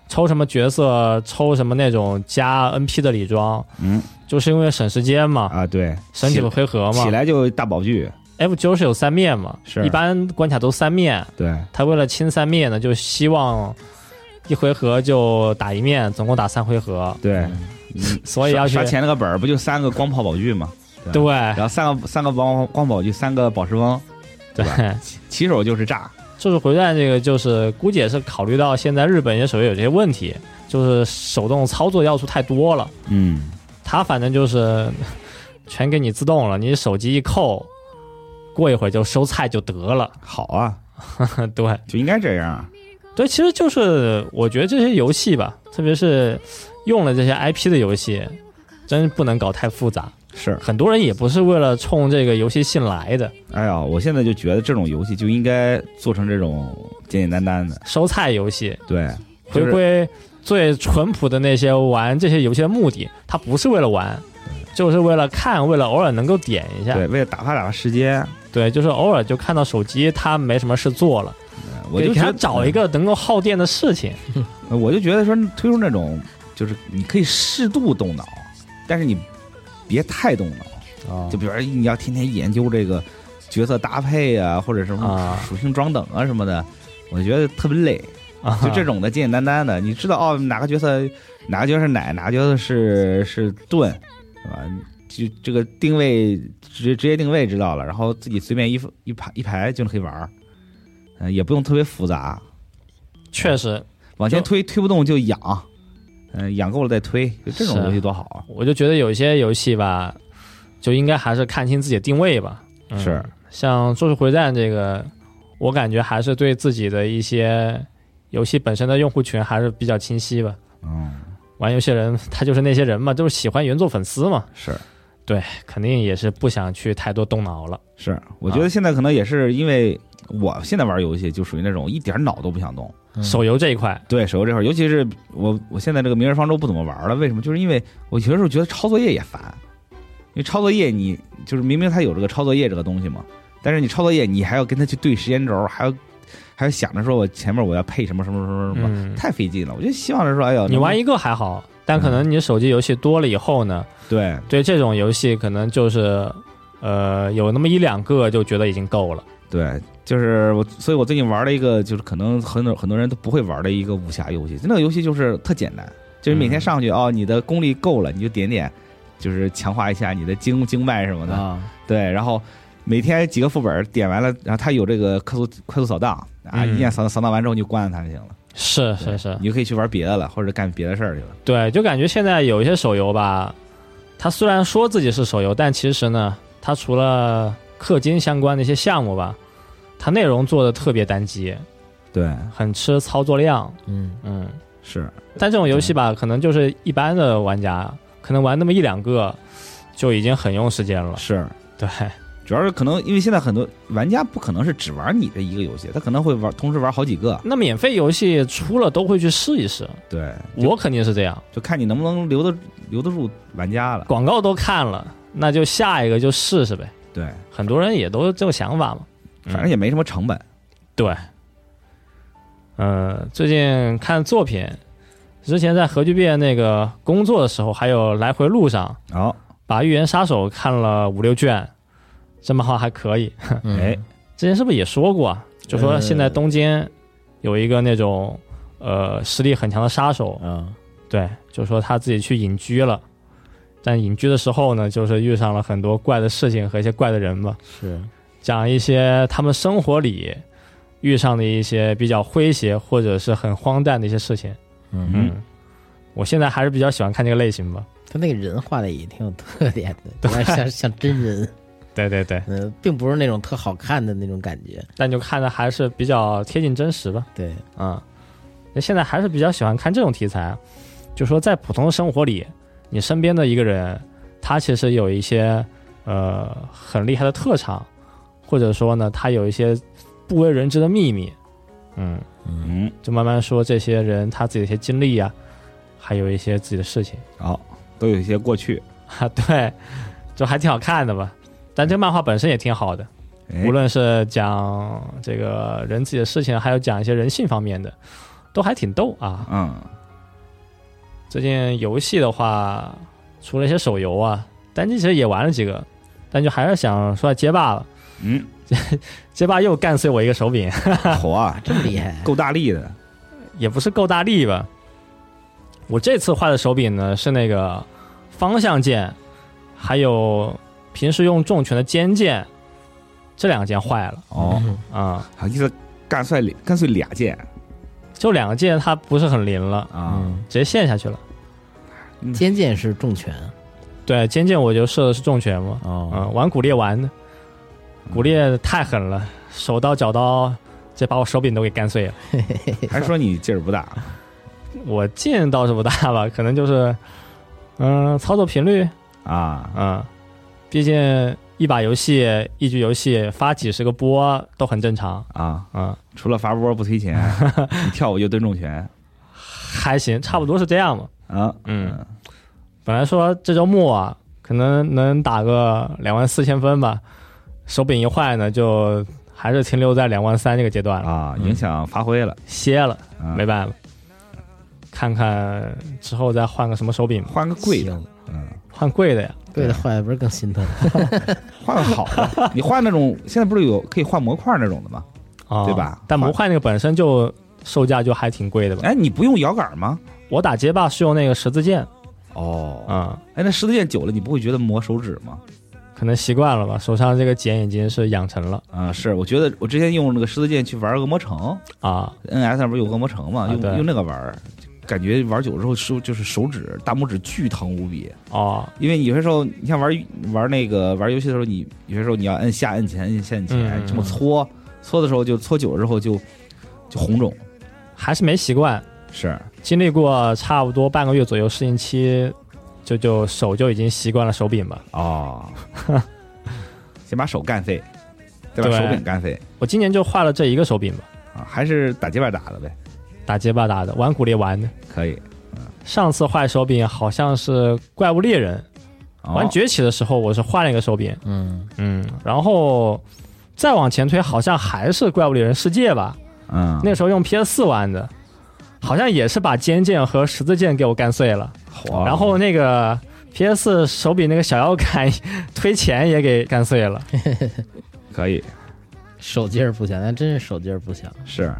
抽什么角色，抽什么那种加 NP 的礼装，
嗯
就是因为省时间嘛，
啊，对，
省几个回合
起
嘛。
来就大宝具，
FGO 是有三面嘛，
是
一般关卡都三面，
对，
他为了清三面呢，就希望一回合就打一面，总共打三回合，
对，嗯
所嗯以要去啊
刷钱那个本儿不就三个光炮宝具吗？
对
然后三个三个光光宝具，三个宝石翁，
对。
起手就是炸，
就是回战这个，就是估计也是考虑到现在日本一些手游有这些问题，就是手动操作要素太多了。
嗯，
它反正就是 全给你自动了，你手机一扣，过一会儿就收菜就得了。
好啊，
对
就应该这样，啊
对，其实就是我觉得这些游戏吧，特别是用了这些 IP 的游戏，真不能搞太复杂。
是，
很多人也不是为了冲这个游戏性来的，
哎呀，我现在就觉得这种游戏就应该做成这种简简单单的，
收菜游戏
对，
回
就是
归最淳朴的那些玩这些游戏的目的，它不是为了玩，就是为了看，为了偶尔能够点一下。
对，为了打发打发时间，
对，就是偶尔就看到手机它没什么事做了，
我就
给
觉得嗯
它找一，个能够耗电的事情。
呃我就觉得说推出那种就是你可以适度动脑，但是你别太动脑，
啊
就比如说你要天天研究这个角色搭配啊，或者什么
啊
属性装等啊什么的，我觉得特别累。
啊，
就这种的简简单单的，你知道哦，哪个角色哪个角色是奶，哪个角色是是盾，是吧？就这个定位直直接定位知道了，然后自己随便一一排一排就可以玩儿，嗯、也不用特别复杂，
确实，
往前
就
推推不动就养，嗯、养够了再推，就这种
是
东西多好啊！
我就觉得有一些游戏吧，就应该还是看清自己的定位吧。嗯、
是，
像《咒术回战》这个，我感觉还是对自己的一些游戏本身的用户群还是比较清晰吧。
嗯，
玩游戏的人他就是那些人嘛，就是喜欢原作粉丝嘛，
是
肯定也是不想去太多动脑了。
是，我
啊
觉得现在可能也是因为我现在玩游戏就属于那种一点脑都不想动。
嗯
手游这一块，
对手游这块儿，尤其是我我现在这个明日方舟不怎么玩了，为什么？就是因为我有的时候觉得抄作业也烦，因为抄作业你就是明明它有这个抄作业这个东西嘛，但是你抄作业你还要跟它去对时间轴，还要还要想着说我前面我要配什么什么什么什么，
嗯，
太费劲了。我就希望是说，哎呦，
你玩
一
一个还好，但
嗯
可能你手机游戏多了以后呢，
对
对这种游戏可能就是，呃，有那么一两个就觉得已经够了。
对，就是我，所以我最近玩了一个，就是可能很多很多人都不会玩的一个武侠游戏。那个游戏就是特简单，就是每天上去、哦，你的功力够了，你就点点，就是强化一下你的经经脉什么的。
啊，
对，然后每天几个副本儿点完了，然后它有这个快速快速扫荡啊，
嗯
一键扫扫荡完之后你就关了它就行了。
是
对
是是，
你就可以去玩别的了，或者干别的事儿去了。
对，就感觉现在有一些手游吧，它虽然说自己是手游，但其实呢，它除了氪金相关的一些项目吧，它内容做的特别单机，
对，
很吃操作量。
嗯，
嗯，
是
但这种游戏吧，可能就是一般的玩家可能玩那么一两个，就已经很用时间了。
是，
对，
主要是可能因为现在很多玩家不可能是只玩你的一个游戏，他可能会玩同时玩好几个。
那免费游戏出了都会去试一试，
对，
我肯定是这样。
就看你能不能留得留得住玩家了。
广告都看了，那就下一个就试试呗。
对，
很多人也都这种想法嘛。
反正也没什么成本。
呃，最近看作品，之前在核聚变那个工作的时候，还有来回路上，
好、
把《预言杀手》看了五六卷，这么好还可以。
嗯
哎，
之前是不是也说过啊？就说现在东京有一个那种呃实力很强的杀手，
啊
嗯，
对，就说他自己去隐居了。但隐居的时候呢，就是遇上了很多怪的事情和一些怪的人吧，
是
讲一些他们生活里遇上的一些比较诙谐或者是很荒诞的一些事情。
嗯，
嗯，我现在还是比较喜欢看这个类型吧。
他那个人画的也挺有特 点的，有点像像真人，
对对对，
嗯，并不是那种特好看的那种感觉。
但就看的还是比较贴近真实吧。
对，
嗯，那现在还是比较喜欢看这种题材，啊就说在普通的生活里，你身边的一个人，他其实有一些呃很厉害的特长，或者说呢，他有一些不为人知的秘密。嗯，
嗯，
就慢慢说这些人他自己的一些经历呀、还有一些自己的事情。
好、都有一些过去。
啊，对，就还挺好看的吧。但这个漫画本身也挺好的，
哎
无论是讲这个人自己的事情，还有讲一些人性方面的，都还挺逗啊。
嗯，
最近游戏的话，除了一些手游啊，单机其实也玩了几个，但就还是想说下街霸了。
嗯，
街霸又干碎我一个手柄，
火啊，
这么厉 害，
够大力的。
也不是够大力吧。我这次画的手柄呢是那个方向键，还有平时用重拳的肩键，这两个键坏了。
哦，
嗯
啊、
好意思，干碎俩干碎俩剑
就两个键它不是很灵了，
啊。
直接陷下去了。
尖剑是重拳，
对，尖键我就射的是重拳嘛，
哦，
啊
嗯，玩骨裂玩的，骨裂太狠了，手刀脚刀，这把我手柄都给干碎了。
还说你劲儿不大，
我劲倒是不大吧，可能就是，嗯、操作频率，
啊，
嗯，毕竟一把游戏一局游戏发几十个波都很正常，
啊，
嗯，
除了罚波不 推钱，你跳舞就蹲重拳
还行，差不多是这样嘛。
啊，
嗯，本来说这周末啊，可能能打个两万四千分吧，手柄一坏呢，就还是停留在两万三这个阶段了，
啊，影响发挥了，
歇了，
啊
嗯没办法。看看之后再换个什么手柄吧。
换个贵的，
行
嗯，
换贵的呀。
贵的坏的不是更心疼？
画的好的，你画那种现在不是有可以画模块那种的吗？
啊，
对吧
但模块那个本身就售价就还挺贵的吧？
哎，你不用摇杆吗？
我打街霸是用那个十字键，
哦
啊、
哎，那十字键久了你不会觉得磨手指吗？
可能习惯了吧，手上这个茧已经是养成了
啊，是，我觉得我之前用那个十字键去玩恶魔城
啊。
，NS 上不是有恶魔城嘛，
啊
用
对
用那个玩儿，感觉玩久了之后手就是手指大拇指巨疼无比，
哦，
因为有些时候你像玩玩那个玩游戏的时候，你有些时候你要摁下摁前摁下摁前
嗯
这么搓搓的时候就搓久了之后就就红肿，
还是没习惯，
是
经历过差不多半个月左右适应期，就就手就已经习惯了手柄吧。
哦， 先把手干废，再把
对
手柄干废
我今年就换了这一个手柄吧，
啊，还是打结巴打的呗，
打街霸打的，玩骨猎玩的。
可以。
上次换手柄好像是怪物猎人，
哦
玩崛起的时候我是换了一个手柄，
嗯，
嗯，然后再往前推好像还是怪物猎人世界吧，
嗯，
那时候用 PS 四玩的，好像也是把尖键和十字键给我干碎了，
火
然后那个 PS 手柄那个小摇杆推前也给干碎了，
可以
手劲儿不小，但真是手劲儿不小。
是。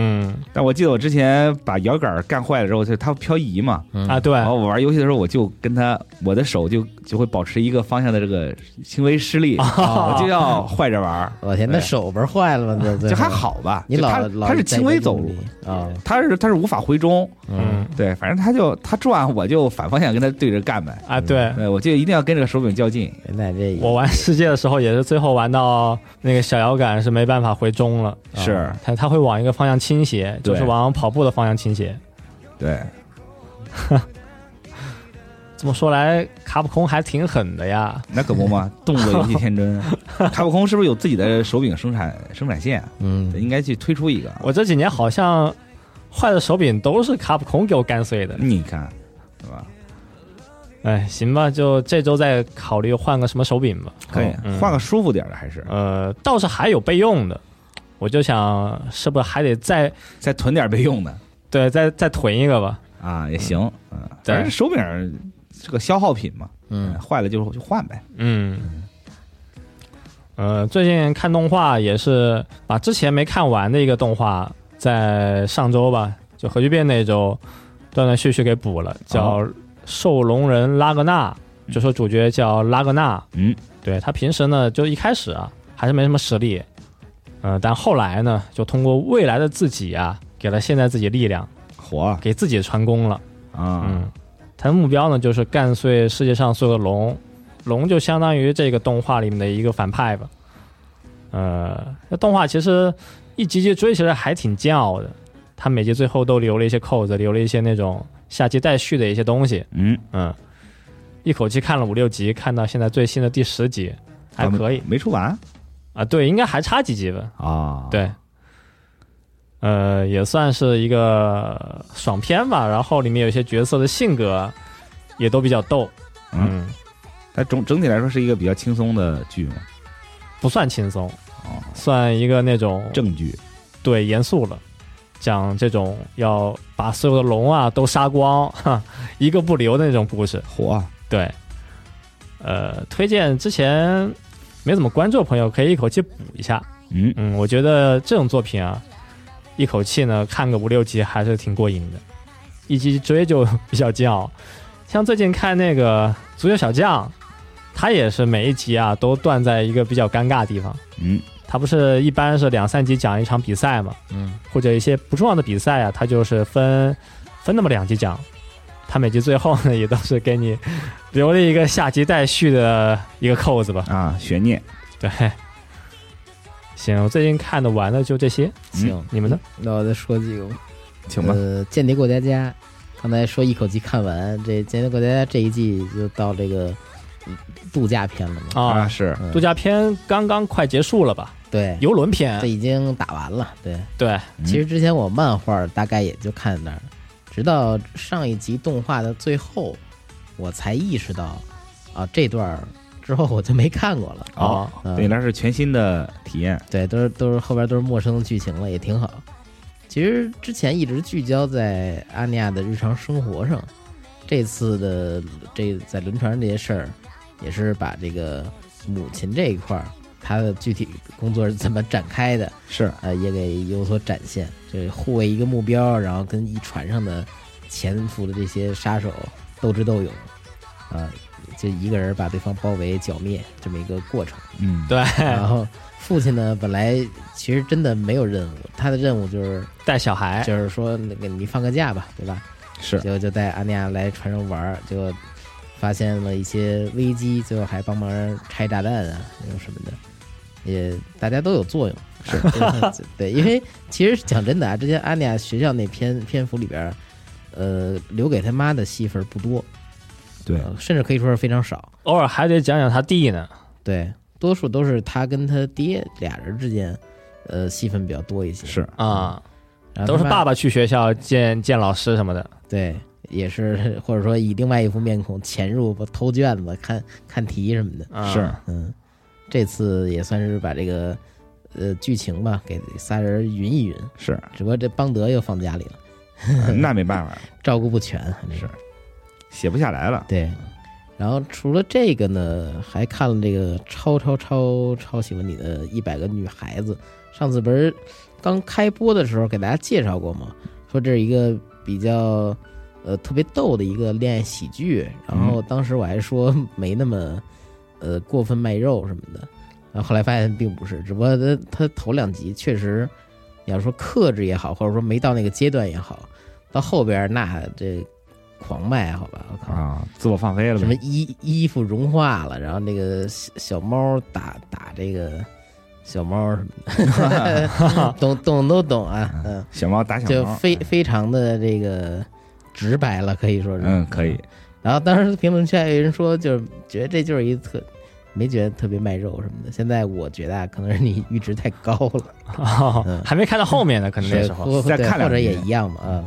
嗯
但我记得我之前把摇杆干坏了之后，就它漂移嘛，
嗯
啊，对，
然后我玩游戏的时候，我就跟它，我的手就就会保持一个方向的这个轻微施力，
哦
我就要坏着玩儿，
我天，那
对
手不是坏了吗？这这
就还，好吧。
你
就
老
它
老
它是轻微走路，
啊，
它是它是无法回中，
嗯
嗯
对，反正它就它转，我就反方向跟它对着干呗。
啊，
哎
对，
对，我就一定要跟这个手柄较劲。
没耐这一
我玩世界的时候也是最后玩到那个小摇杆是没办法回中了，
哦
是
它它会往一个方向倾斜，
对
就是往跑步的方向倾斜。
对，
这么说来，卡普空还挺狠的呀。
那可 不嘛，动作游戏天真。卡普空是不是有自己的手柄生产生产线？
嗯，
应该去推出一个。
我这几年好像坏的手柄都是卡普空给我干碎的。
你看，对吧？
哎，行吧，就这周再考虑换个什么手柄吧。
可以
嗯
换个舒服点儿的，还是
呃，倒是还有备用的，我就想是不是还得再
再囤点儿备用的。
对再再囤一个吧。
啊，也行，嗯，
对
反正手柄儿是个消耗品嘛，
嗯，
坏了就就换呗。
嗯，呃，最近看动画也是把之前没看完的一个动画，在上周吧，就核聚变那周，断断续续给补了，叫《兽龙人拉格纳》，就说主角叫拉格纳，
嗯，
对他平时呢，就一开始啊还是没什么实力，呃，但后来呢，就通过未来的自己啊，给了现在自己力量，
火
给自己传功了。
啊，
嗯，他的目标呢就是干碎世界上所有的龙，龙就相当于这个动画里面的一个反派吧。呃，那动画其实一集集追起来还挺煎熬的，他每集最后都留了一些扣子，留了一些那种下集待续的一些东西。
嗯，
嗯，一口气看了五六集，看到现在最新的第十集，还可以
啊没出完
啊。对，应该还差几集吧。
啊，，
对，呃，也算是一个爽片吧。然后里面有一些角色的性格也都比较逗，
嗯，但总整体来说是一个比较轻松的剧嘛，
不算轻松，
哦，
算一个那种
正剧
对严肃了，讲这种要把所有的龙啊都杀光，哈，一个不留的那种故事。
火
对，呃，推荐之前没怎么关注的朋友可以一口气补一下。
嗯，
嗯，我觉得这种作品啊，一口气呢看个五六集还是挺过瘾的，一集追就 比较煎熬。像最近看那个《足球小将》，他也是每一集啊都断在一个比较尴尬的地方。
嗯，
他不是一般是两三集讲一场比赛嘛，
嗯，
或者一些不重要的比赛啊，他就是分分那么两集讲。他每集最后呢，也都是给你留了一个下集待续的一个扣子吧。
啊，悬念，
对，行，我最近看的玩的就这些，
行，
你们呢？
那我再说几个吧。
请吧，
呃，《间谍过家家》，刚才说一口气看完，这《间谍过家家》这一季就到这个嗯度假篇了嘛？
啊
啊，
是，
嗯
度假篇刚刚快结束了吧？
对，
游轮
这
篇，
已经打完了。对，
对，
嗯
其实之前我漫画大概也就看那儿，直到上一集动画的最后，我才意识到啊这段儿之后我就没看过了。
哦，
嗯
对你来说是全新的体验，
对，都是都是后边都是陌生的剧情了，也挺好。其实之前一直聚焦在阿尼亚的日常生活上，这次的这在轮船上这些事儿，也是把这个母亲这一块儿，她的具体工作是怎么展开的，
是
呃，也给有所展现。这护卫一个目标，然后跟一船上的潜伏的这些杀手斗智斗勇，啊、就一个人把对方包围剿灭这么一个过程。
嗯，
对，
然后父亲呢，本来其实真的没有任务，他的任务就是
带小孩，
就是说那个你放个假吧，对吧？
是
就就带安妮亚来船上玩儿，就发现了一些危机，最后还帮忙拆炸弹啊，那种什么的，也大家都有作用。是 对，因为其实讲真的啊，之前安妮亚学校那篇篇幅里边儿，呃，留给他妈的戏份儿不多，
对
呃甚至可以说是非常少。
偶尔还得讲讲他弟呢。
对，多数都是他跟他爹俩人之间，呃，戏份比较多一些。，
是，
啊、
然后
都
他
是
妈
爸爸去学校见见老师什么的。
对，也是 或者说以另外一副面孔潜入偷卷子、看看题什么的。
啊
是
嗯，这次也算是把这个呃剧情吧给仨人匀一匀，
是，
只不过这邦德又放家里了，
呃那没办法，
照顾不全。这
是
个
写不下来了。
对。然后除了这个呢，还看了这个超超超超喜欢你的一百个女孩子。上次不是刚开播的时候给大家介绍过吗？说这是一个比较呃特别逗的一个恋爱喜剧。然后当时我还说没那么呃过分卖肉什么的，然后后来发现并不是，只不过他他头两集确实你要说克制也好，或者说没到那个阶段也好，到后边那这狂卖好吧，我靠。
啊，自我放飞了
什么
呗，
衣衣服融化了，然后那个小小猫打打这个小猫什么的， 懂懂都懂啊，嗯，
小猫打小
就
猫，
非非常的这个直白了，可以说是，
嗯，可以。
然后当时评论区还有人说，就是觉得这就是一特，没觉得特别卖肉什么的。现在我觉得啊，可能是你阈值太高了，嗯
哦还没看到后面呢，可能那时候
或
再看
对或
两
者
集
也一样嘛，啊，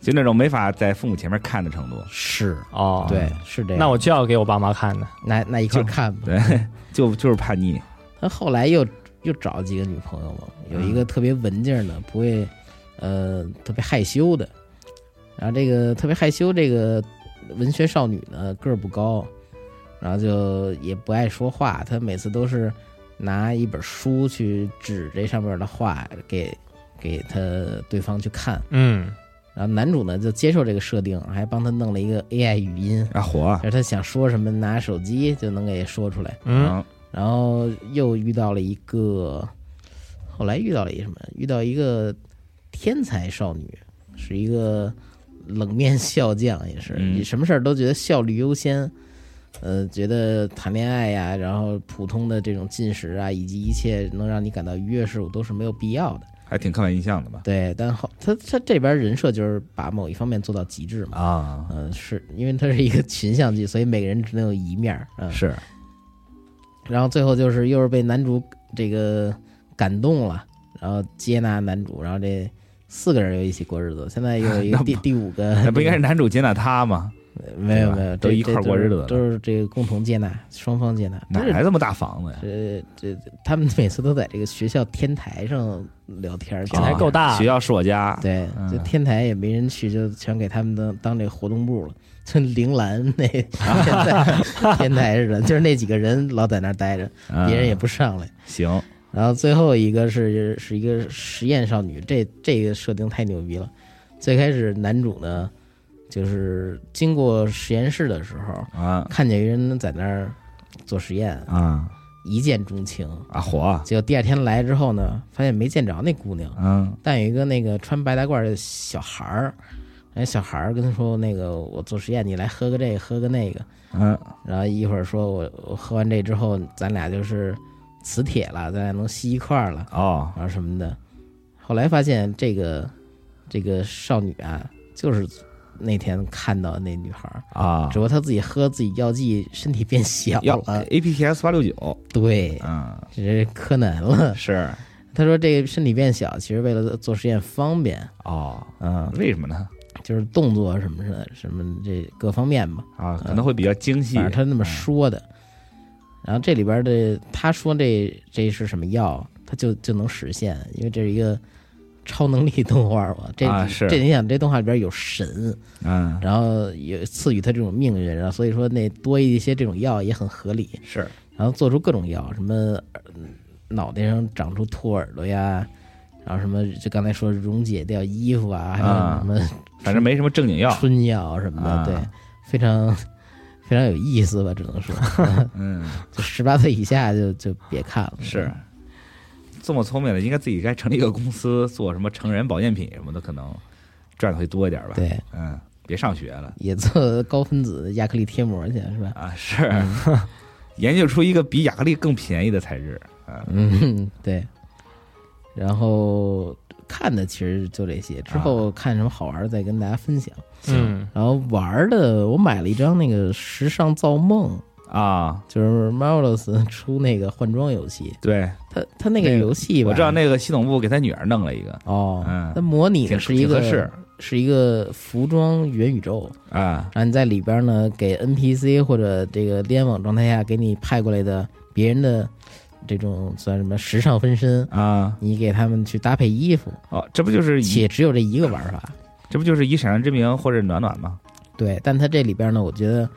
就那种没法在父母前面看的程度，
是，
哦。
对，是这样。
那我就要给我爸妈看呢。
那那一块儿看吧。
对， 就就是叛逆，
他后来又又找了几个女朋友嘛，有一个特别文静的，不会，呃，特别害羞的。然后这个特别害羞这个文学少女呢，个儿不高，然后就也不爱说话。她每次都是拿一本书去指这上面的话给给她对方去看。
嗯，
然后男主呢就接受这个设定，还帮她弄了一个 AI 语音，
啊火，
就是她想说什么，拿手机就能给说出来。
嗯，
嗯
然后又遇到了一个，后来遇到了一个什么？遇到一个天才少女，是一个冷面笑匠，也是、
嗯
什么事儿都觉得效率优先。呃，觉得谈恋爱呀、然后普通的这种进食啊，以及一切能让你感到愉悦事物都是没有必要的。
还挺刻板印象的吧？
对，但后他他这边人设就是把某一方面做到极致嘛。
啊，
嗯、是因为它是一个群像剧，所以每个人只能有一面儿。嗯、
是，
然后最后就是又是被男主这个感动了，然后接纳男主，然后这四个人又一起过日子。现在又有一
那
个
不
第第五个，
那不应该是男主接纳他吗？
没有
对吧
没有，
都
这
一块儿过日子了
这都是这个共同接纳，双方接纳。
哪
但是
来这么大房子呀？
这这他们每次都在这个学校天台上聊天儿，
天台
啊
就
够大
学校是我家，
对，就天台也没人去，就全给他们当当这个活动部了，就铃兰 那天台似的，就是那几个人老在那儿待着，
嗯
别人也不上来。
行，
然后最后一个是是一个实验少女，这这个设定太牛逼了。最开始男主呢，就是经过实验室的时候，
啊
看见有人在那儿做实验，
啊
一见钟情。
啊火，
结果第二天来之后呢，发现没见着那姑娘，
嗯
但有一个那个穿白大褂的小孩儿，那小孩儿跟他说：“那个我做实验，你来喝个这个，喝个那个。”
嗯
然后一会儿说我我喝完这之后，咱俩就是磁铁了，咱俩能吸一块儿了。
哦，
然后什么的。后来发现这个这个少女啊，就是那天看到的那女孩儿，
啊
只不过她自己喝自己药剂，身体变小
要
了。
APTS 八六九，
对，
嗯
这是柯南了。
是
他说这个身体变小，其实为了做实验方便，
哦，
嗯，
为什么呢？
就是动作什么的，什么这各方面吧。
啊，可能会比较精细
嗯反，正他那么说的。然后这里边的他说这这是什么药，他就就能实现，因为这是一个超能力动画嘛，这、
啊是
这你想，这动画里边有神，
嗯，
然后也赐予他这种命运，然后所以说那多一些这种药也很合理，
是
然后做出各种药，什么耳脑袋上长出兔耳朵呀，然后什么就刚才说溶解掉衣服啊，还
啊
有什么
反正没什么正经药，
春药什么的，
啊
对，非常非常有意思吧，只能说，
嗯，
就十八岁以下就就别看了，
是。这么聪明的，应该自己该成立一个公司，做什么成人保健品什么的，可能赚的会多一点吧。，
对，
嗯，别上学了
也做高分子亚克力贴膜去是吧？
啊，是
嗯
研究出一个比亚克力更便宜的材质啊，
嗯，对。然后看的其实就这些，
啊
之后看什么好玩儿再跟大家分享。
嗯
然后玩儿的，我买了一张那个《时尚造梦》，
啊，
就是 Marvelous 出那个换装游戏，
对，
它它那个
那个
游戏吧，
我知道那个系统部给他女儿弄了一个
哦
嗯，
它模拟的
挺
是一
挺合
个
适
是一个服装元宇宙，
啊，
然后你在里边呢给 NPC 或者这个联网状态下给你派过来的别人的这种算什么时尚分身，
啊，
你给他们去搭配衣服，
哦，这不就是以
且只有这一个玩法。
这不就是以闪亮之名或者暖暖吗？
对，但它这里边呢，我觉得，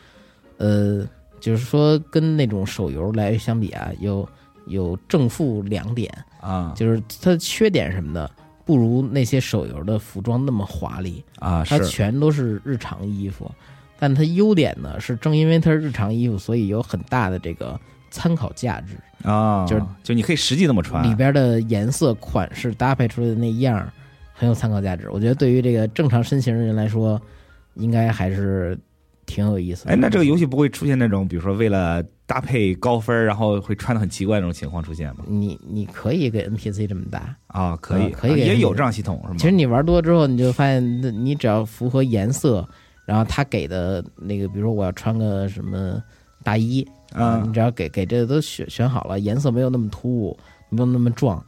呃，就是说跟那种手游来相比啊，有有正负两点，
啊
就是它的缺点什么的，不如那些手游的服装那么华丽，
啊
它
是
全都是日常衣服。但它优点呢，是正因为它是日常衣服，所以有很大的这个参考价值。
啊，
就是
就你可以实际那么穿
里边的颜色、款式搭配出来的那样儿很有参考价值。我觉得对于这个正常身形的人来说，应该还是挺有意思的。
哎，那这个游戏不会出现那种，比如说为了搭配高分儿，然后会穿的很奇怪那种情况出现吗？
你你可以给 NPC 这么搭，
啊，可以，
啊可以
啊
给
也
你
有这样系统是吗？
其实你玩多之后，你就发现，那你只要符合颜色，然后他给的那个，比如说我要穿个什么大衣，
啊
你只要给给这个都选选好了，颜色没有那么突兀，没有那么壮，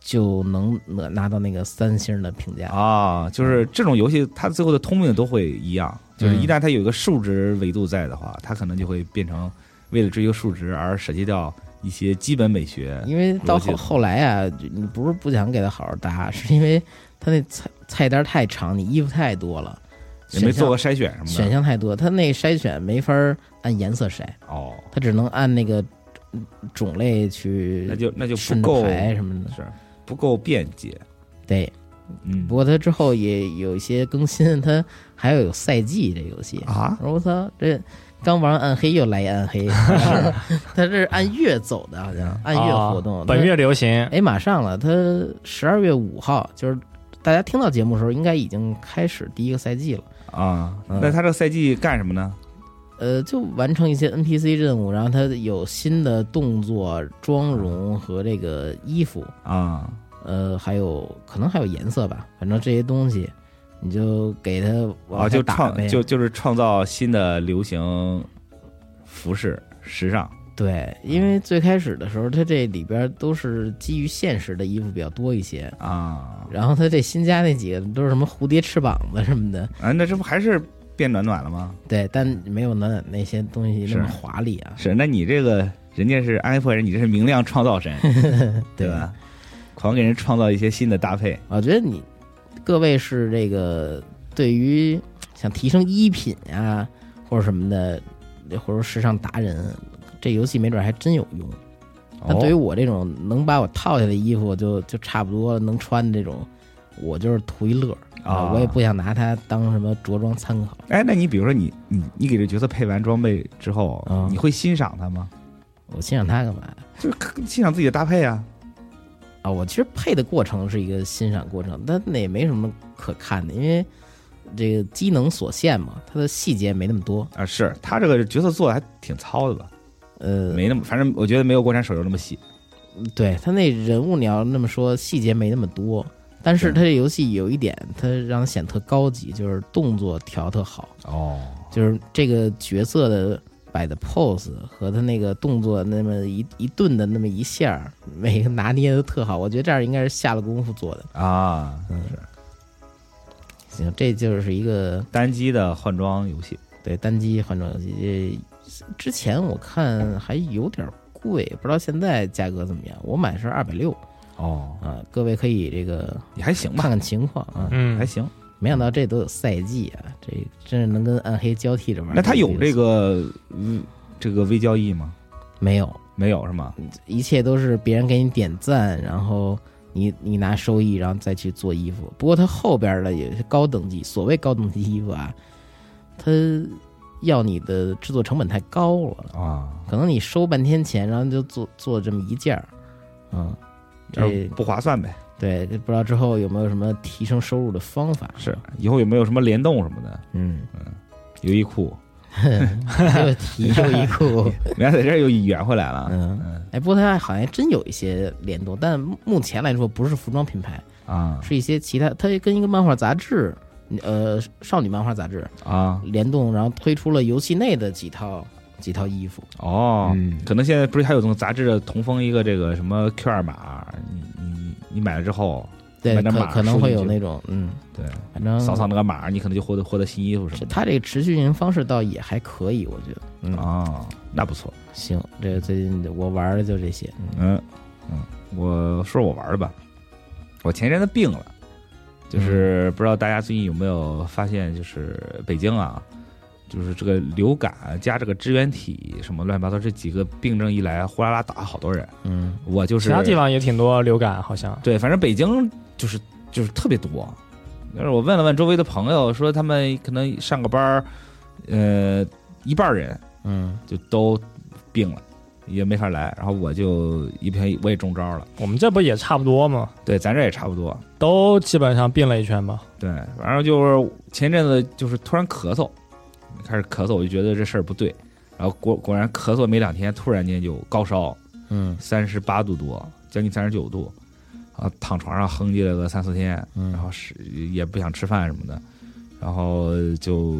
就能拿拿到那个三星的评价。
啊，就是这种游戏，它最后的通病都会一样，就是一旦它有一个数值维度在的话，它可能就会变成为了追求数值而舍弃掉一些基本美学。
因为到
逻辑
后
的
后来啊，就你不是不想给他好好搭，是因为他那菜菜单太长，你衣服太多了，
也没
选项
做过筛选什么的。
选项太多，他那筛选没法儿按颜色筛，
哦，
他只能按那个嗯种类去
那就那就不
顺着
够
排什么的。
是不够便捷。
对，
嗯，
不过他之后也有一些更新，他还有有赛季这游戏。
啊
我操，这刚玩完暗黑又来一暗黑， 他这是按月走的，好像按月活动。
啊
哦
它
本月流行，
哎，马上了，他十二月五号，就是大家听到节目的时候，应该已经开始第一个赛季了。
啊，
嗯
那它这个赛季干什么呢？
呃，就完成一些 NPC 任务，然后他有新的动作、妆容和这个衣服，
啊
呃，还有可能还有颜色吧，反正这些东西，你就给他往
啊，
下
就
打
创
呗。
就就是创造新的流行服饰时尚
对，因为最开始的时候，他这里边都是基于现实的衣服比较多一些，
啊
然后他这新加那几个都是什么蝴蝶翅膀子什么的，
啊，那这不还是变暖暖了吗？
对，但没有暖暖那些东西那么
是
华丽啊，
是，那你这个人家是安利破人，你这是明亮创造 神，对啊吧？狂给人创造一些新的搭配
我觉得你各位是这个对于想提升衣品啊或者什么的，或者说时尚达人，这游戏没准还真有用。
哦啊
但对于我这种能把我套下的衣服就就差不多能穿的这种，我就是图一乐儿
啊
我也不想拿它当什么着装参考。
哎，那你比如说你你你给这角色配完装备之后，
嗯
你会欣赏他吗？
我欣赏它干嘛呀？
就是看欣赏自己的搭配啊。
啊，我其实配的过程是一个欣赏过程，但那也没什么可看的，因为这个机能所限嘛，它的细节没那么多。
啊，是他这个角色做的还挺糙的吧？
呃，
没那么，反正我觉得没有国产手游那么细
对他那人物，你要那么说，细节没那么多，但是他这游戏有一点，他让它显特高级，就是动作调特好，
哦。
就是这个角色的摆的 pose 和他那个动作那么一一顿的那么一下儿，每个拿捏的特好。我觉得这样应该是下了功夫做的。
啊，
行，这就是一个
单机的换装游戏
对单机换装游戏。这之前我看还有点贵，不知道现在价格怎么样。我买是二百六，
哦，
啊，各位可以这个
也还行吧
看，看情况啊。
嗯
还，行。
没想到这都有赛季啊，这真是能跟暗黑交替着玩。
那他有这
个
个嗯这个微交易吗？
没有？
没有是吗？
一切都是别人给你点赞，然后你你拿收益，然后再去做衣服。不过它后边的也是高等级，所谓高等级衣服啊，它要你的制作成本太高了，
啊，
可能你收半天钱，然后就做做这么一件儿，嗯，
就是
这
不划算呗。
对这不知道之后有没有什么提升收入的方法？
是，以后有没有什么联动什么的？
嗯，
优衣库，
又提优衣库，
原来在这儿又圆回来了
嗯，哎，不过它好像真有一些联动，但目前来说不是服装品牌。
啊
是一些其他，它跟一个漫画杂志，呃，少女漫画杂志
啊
联动，然后推出了游戏内的几套几套衣服。
哦
嗯，
可能现在不是还有这种杂志的同封一个这个什么 QR 码，你你你买了之后
对，
买张
可
码
可能会有
输进去
那种，嗯，
对，
反正
扫扫那个码，你可能就获得获得新衣服什
这
么
它这个持续运营方式倒也还可以，我觉得。嗯
的啊，那不错。
行，这个最近我玩的就这些。
嗯，嗯，我说说我玩儿的吧。我前一阵子病了，
嗯
就是不知道大家最近有没有发现，就是北京啊，就是这个流感加这个支原体什么乱七八糟这几个病症一来，呼啦啦打好多人。
嗯
我就是
其他地方也挺多流感，好像
对，反正北京就是就是特别多。但是我问了问周围的朋友，说他们可能上个班儿，呃，一半儿人
嗯
就都病了，也没法来。然后我就一篇我也中招了。
我们这不也差不多吗？
对，咱这也差不多。
都基本上病了一圈 吧。
对，反正就是前阵子就是突然咳嗽，开始咳嗽，我就觉得这事儿不对。然后果果然咳嗽没两天，突然间就高烧，
嗯
三十八度多，将近三十九度，啊，躺床上哼唧了个三四天，
嗯，
然后是也不想吃饭什么的，然后就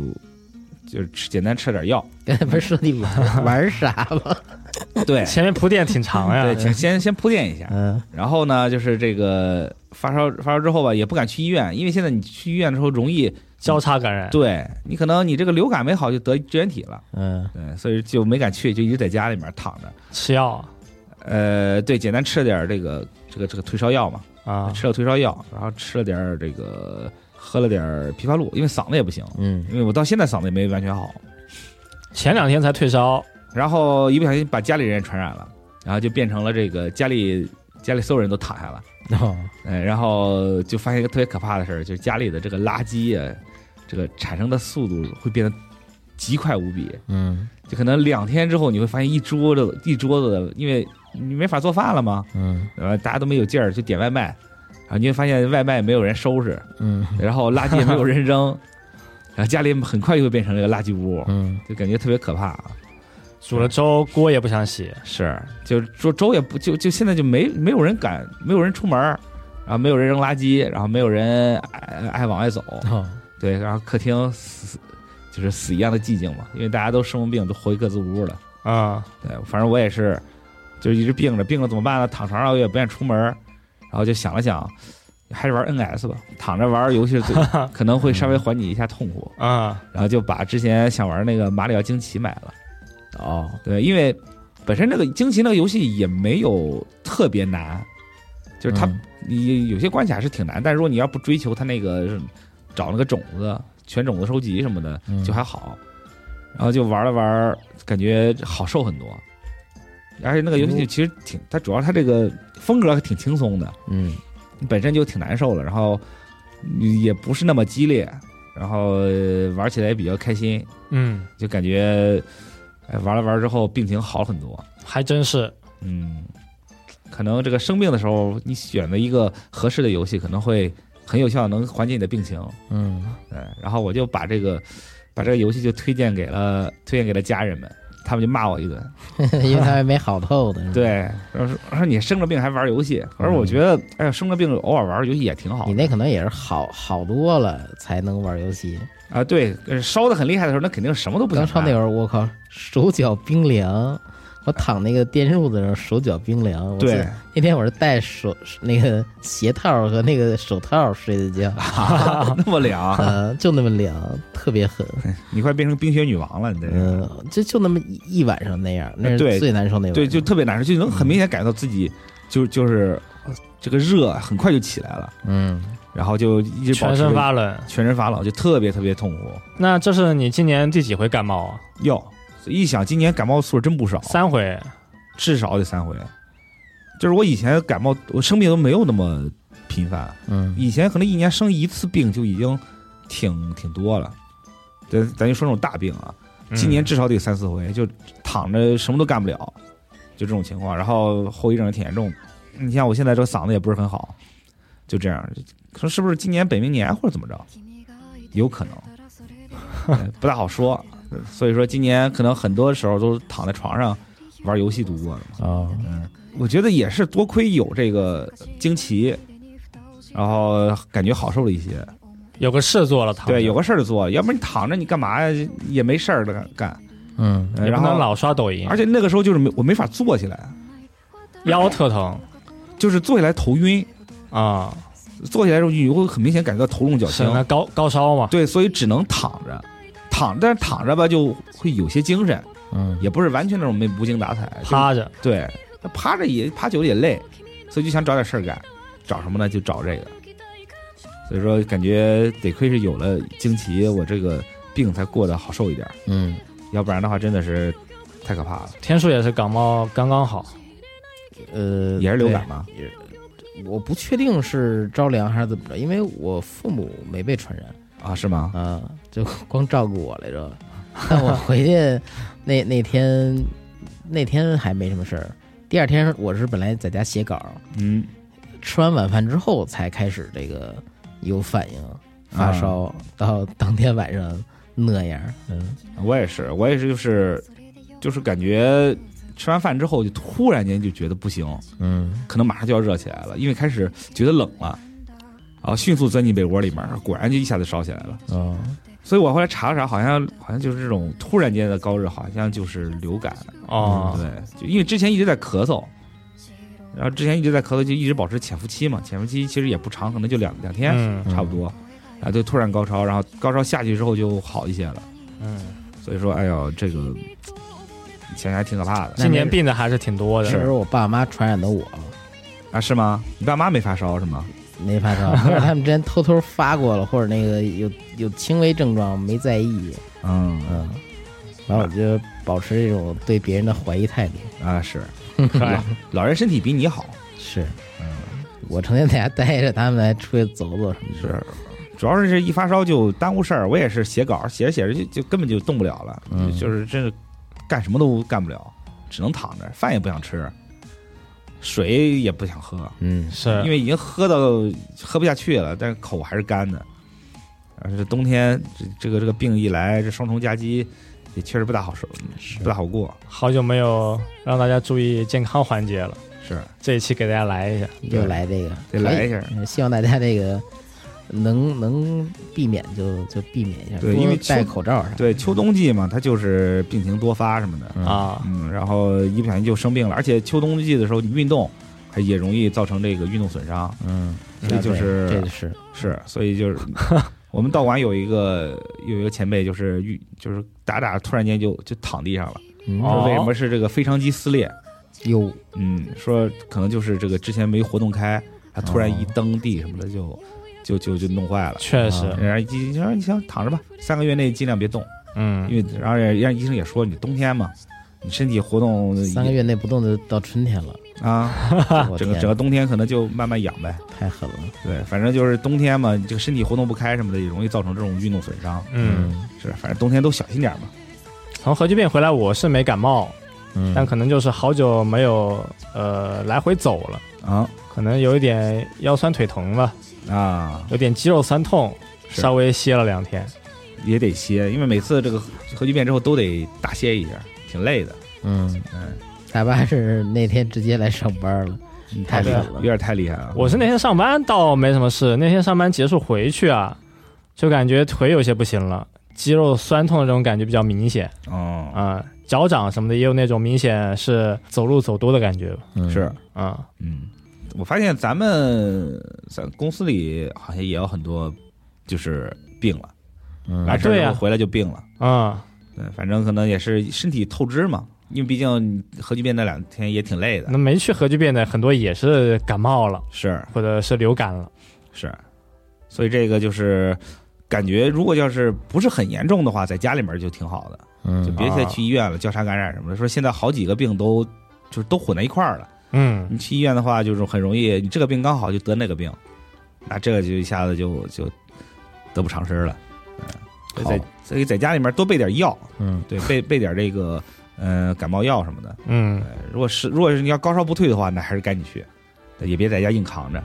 就吃简单吃点药。
刚才不是说你玩玩啥吗？
对
前面铺垫挺长呀
对，，请先先铺垫一下。
嗯
然后呢，就是这个发烧发烧之后吧，也不敢去医院，因为现在你去医院之后容易，
交叉感染。
对你可能你这个流感没好就得支原体了。
嗯
对，所以就没敢去，就一直在家里面躺着。
吃药
呃，对，简单吃了点儿这个这个这个退烧药嘛，
啊，
吃了退烧药，然后吃了点儿这个，喝了点儿枇杷露，因为嗓子也不行，
嗯
因为我到现在嗓子也没完全好。
前两天才退烧，
然后一不小心把家里人也传染了，然后就变成了这个家里家里所有人都躺下了。
哦
呃，然后就发现一个特别可怕的事儿，就是家里的这个垃圾啊，这个产生的速度会变得极快无比。
嗯
就可能两天之后，你会发现一桌子一桌子的，因为你没法做饭了嘛，
嗯
呃，大家都没有劲儿，就点外卖，然后你会发现外卖也没有人收拾，
嗯
然后垃圾也没有人扔，然后家里很快就会变成这个垃圾屋，
嗯
就感觉特别可怕啊。
煮了粥锅也不想洗，
是，就是周周也不就就现在就没没有人敢，没有人出门儿，然后没有人扔垃圾，然后没有人爱爱往外走，
哦
对，然后客厅死就是死一样的寂静嘛，因为大家都生病都回各自屋了。
嗯，
对，反正我也是，就一直病着，病了怎么办呢？躺床上我也不愿意出门儿，然后就想了想，还是玩 NS 吧，躺着玩儿游戏 最可能会稍微缓解一下痛苦，
啊，
然后就把之前想玩那个马里奥惊奇买了。
哦
对，因为本身那个惊奇那个游戏也没有特别难，就是它
嗯
你有些关卡是挺难，但如果你要不追求它那个找那个种子、全种子收集什么的
嗯，
就还好。然后就玩了玩，感觉好受很多。而且那个游戏其实挺，它主要它这个风格挺轻松的，
嗯
本身就挺难受了，然后也不是那么激烈，然后呃玩起来也比较开心，
嗯，
就感觉哎玩了玩之后病情好很多。
还真是，
嗯，可能这个生病的时候，你选择一个合适的游戏，可能会很有效，能缓解你的病情。
嗯
对，然后我就把这个把这个游戏就推荐给了推荐给了家人们，他们就骂我一顿。
因为它 还没好透呢。是吧，
对，然后说说你生了病还玩游戏，我说我觉得，哎呀，生了病偶尔玩游戏也挺好
你那可能也是好好多了才能玩游戏。
啊。对，呃烧的很厉害的时候，那肯定什么都不想
刚上那
干
会儿，我靠，手脚冰凉。我躺那个电褥子上，手脚冰凉。我记
对
得，那天我是戴手那个鞋套和那个手套睡的觉，
那么凉，
啊，就那么凉，特别狠。
你快变成冰雪女王了，你这个。
嗯，就就那么一一晚上那样，那
哎对
是最难受那晚上。
对，就特别难受，就能很明显感觉到自己就就是这个热很快就起来了，
嗯，
然后就一直保
全
持
身发冷。
全身发冷，就特别特别痛苦。
那这是你今年第几回感冒啊？
哟，一想今年感冒次数真不少，
三回。
至少得三回。就是我以前感冒，我生病都没有那么频繁，
嗯，
以前可能一年生一次病就已经挺挺多了。咱咱就说那种大病啊，
嗯
今年至少得三四回，就躺着什么都干不了，就这种情况。然后后遗症也挺严重的。你像我现在这个嗓子也不是很好，就这样。可能是不是今年本命年或者怎么着，有可能哎不大好说。所以说今年可能很多时候都躺在床上玩游戏度过的嘛。
哦，
嗯，我觉得也是多亏有这个惊奇，然后感觉好受了一些。
有个事做了，躺着
对，有个事儿做，要不然你躺着你干嘛呀也没事儿的干。
嗯，
呃
也
然
不能
后，
老刷抖音，
而且那个时候就是没我没法坐起来，
腰特疼
就是坐起来头晕，
啊，
坐起来的时候你会很明显感觉到头重脚
是
轻。
那高高烧嘛。
对，所以只能躺着，躺但是躺着吧就会有些精神，
嗯，
也不是完全那种没无精打采。就是
趴着，
对，那趴着也趴久了也累，所以就想找点事儿干，找什么呢？就找这个。所以说，感觉得亏是有了惊奇，我这个病才过得好受一点儿，
嗯，
要不然的话真的是太可怕了。
天数也是感冒刚刚好，
呃，
也是流
对
感吗？
我不确定是着凉还是怎么着，因为我父母没被传染
啊，是吗？
啊，就 光照顾我来着。但 我回去那那天那天还没什么事儿，第二天我是本来在家写稿，
嗯，
吃完晚饭之后才开始这个有反应，发
啊
烧，到当天晚上那样，嗯
我也是，我也是，就是就是感觉吃完饭之后就突然间就觉得不行，
嗯
可能马上就要热起来了，因为开始觉得冷了，然后迅速钻进被窝里面，果然就一下子烧起来了。
哦
所以我后来查了查，好像好像就是这种突然间的高热，好像就是流感。啊
哦
对，就因为之前一直在咳嗽，然后之前一直在咳嗽，就一直保持潜伏期嘛。潜伏期其实也不长，可能就两两天、
嗯
差不多，然后就突然高烧，然后高烧下去之后就好一些了。
嗯，
所以说，哎呦，这个想想还挺可怕的
今年病的还是挺多
那时
的。
候我爸妈传染的我，
啊？是吗？你爸妈没发烧是吗？
没发 烧，但是他们之前偷偷发过了，或者那个有有轻微症状没在意，
嗯
嗯，然后我就保持这种对别人的怀疑态度，
啊是，
可爱
老老人身体比你好，
是，嗯我成天在家待着，他们还出去走走什么的，
是，主要是这一发烧就耽误事儿。我也是写稿，写着写着就就根本就动不了了，
嗯
就是真是干什么都干不了，只能躺着，饭也不想吃，水也不想喝，
嗯
是
因为已经喝到喝不下去了，但是口还是干的。而这冬天这这个这个病一来，这双重夹击也确实不大好受，不大好过。
好久没有让大家注意健康环节了，
是
这一期给大家来一下。
又来这个，
得来一下，
嗯希望大家这个能能避免就就避免一下，
对
多
因为
戴
秋
口罩啥的。
对秋冬季嘛，它就是病情多发什么的。
嗯
啊，
嗯，然后一不小心就生病了，而且秋冬季的时候你运动，还也容易造成这个运动损伤，
嗯，
所以就
这
是
个是
是，所以就是我们道馆有一个 有一个前辈就是遇就是打打突然间就就躺地上了，
嗯
哦
说为什么是这个腓肠肌撕裂？
有
嗯，说可能就是这个之前没活动开，他突然一蹬地什么的就就就就弄坏了。
确实
啊，
然后医生说你想躺着吧，三个月内尽量别动，因
嗯，
为然后让医生也说你冬天嘛，你身体活动
三个月内不动就到春天 了，
啊，
我
整个
天
整个冬天可能就慢慢养呗。
太狠了。
对，反正就是冬天嘛，你这个身体活动不开什么的，也容易造成这种运动损伤。
嗯，，
是，反正冬天都小心点嘛。
从核聚变回来，我是没感冒，
嗯
但可能就是好久没有呃来回走了，
啊
可能有一点腰酸腿疼吧，
啊，
有点肌肉酸痛，
是
稍微歇了两天。
也得歇，因为每次这个核聚变之后都得大歇一下，挺累的。
嗯，
嗯，
大巴是那天直接来上班了，嗯太
厉
狠
害
了
有点太厉害了。
我是那天上班倒没什么事，那天上班结束回去啊，就感觉腿有些不行了，肌肉酸痛的这种感觉比较明显
哦，
啊、脚掌什么的也有那种明显是走路走多的感觉吧
嗯
是，
啊、
嗯，我发现咱们咱公司里好像也有很多就是病了，
嗯
完事儿
对啊
之后
呀
回来就病了。
嗯，
对，反正可能也是身体透支嘛，因为毕竟核聚变那两天也挺累的
那。没去核聚变的很多也是感冒了，
是
或者是流感了。
是，所以这个就是感觉，如果要是不是很严重的话，在家里面就挺好的。就
嗯，
别再
啊
去医院了，交叉感染什么的。说现在好几个病都就是都混在一块儿了，
嗯，
你去医院的话，就是很容易，你这个病刚好就得那个病，那这个就一下子就就得不偿失了。嗯，所以在
好
所以在家里面多备点药，
嗯，
对，备备点这个呃感冒药什么的。
嗯，
呃如果是如果是你要高烧不退的话，那还是赶紧去，也别在家硬扛着，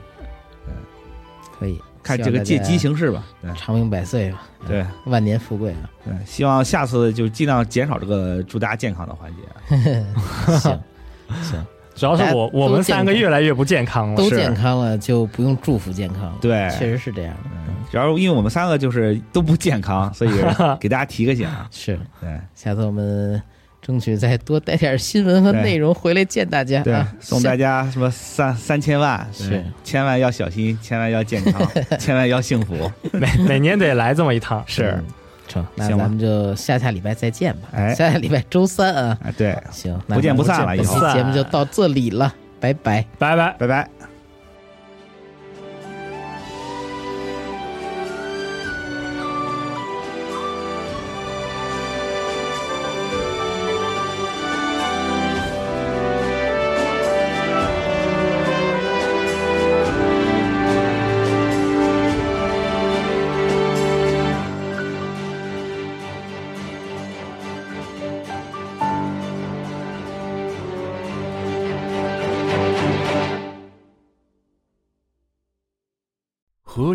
可以
看这个借机，行事吧。对
希望大家长命百岁吧，
对
万年富贵 啊！
对，希望下次就尽量减少这个祝大家健康的环节。
行行，
主要是我
大家都
我们三个
健
越来越不健康了
都。
是
健康了就不用祝福健康了，
对，
确实是这样的，
主要是因为我们三个就是都不健 康，所以给大家提个醒。啊
是。
对
下次我们争取再多带点新闻和
对
内容回来见大家
对
啊，，
送大家什 么三三千万，对
是
千万要小心，千万要 健康，千万要幸福。
每每年得来这么一趟。
是
嗯成，那
行吧
咱们就下下礼拜再见吧，
哎
下下礼拜周三啊，
啊，对，
行，那
不见不散了
本期
以后
节目就到这里了，拜拜。
拜拜。
拜拜。
核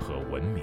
和文明。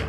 样。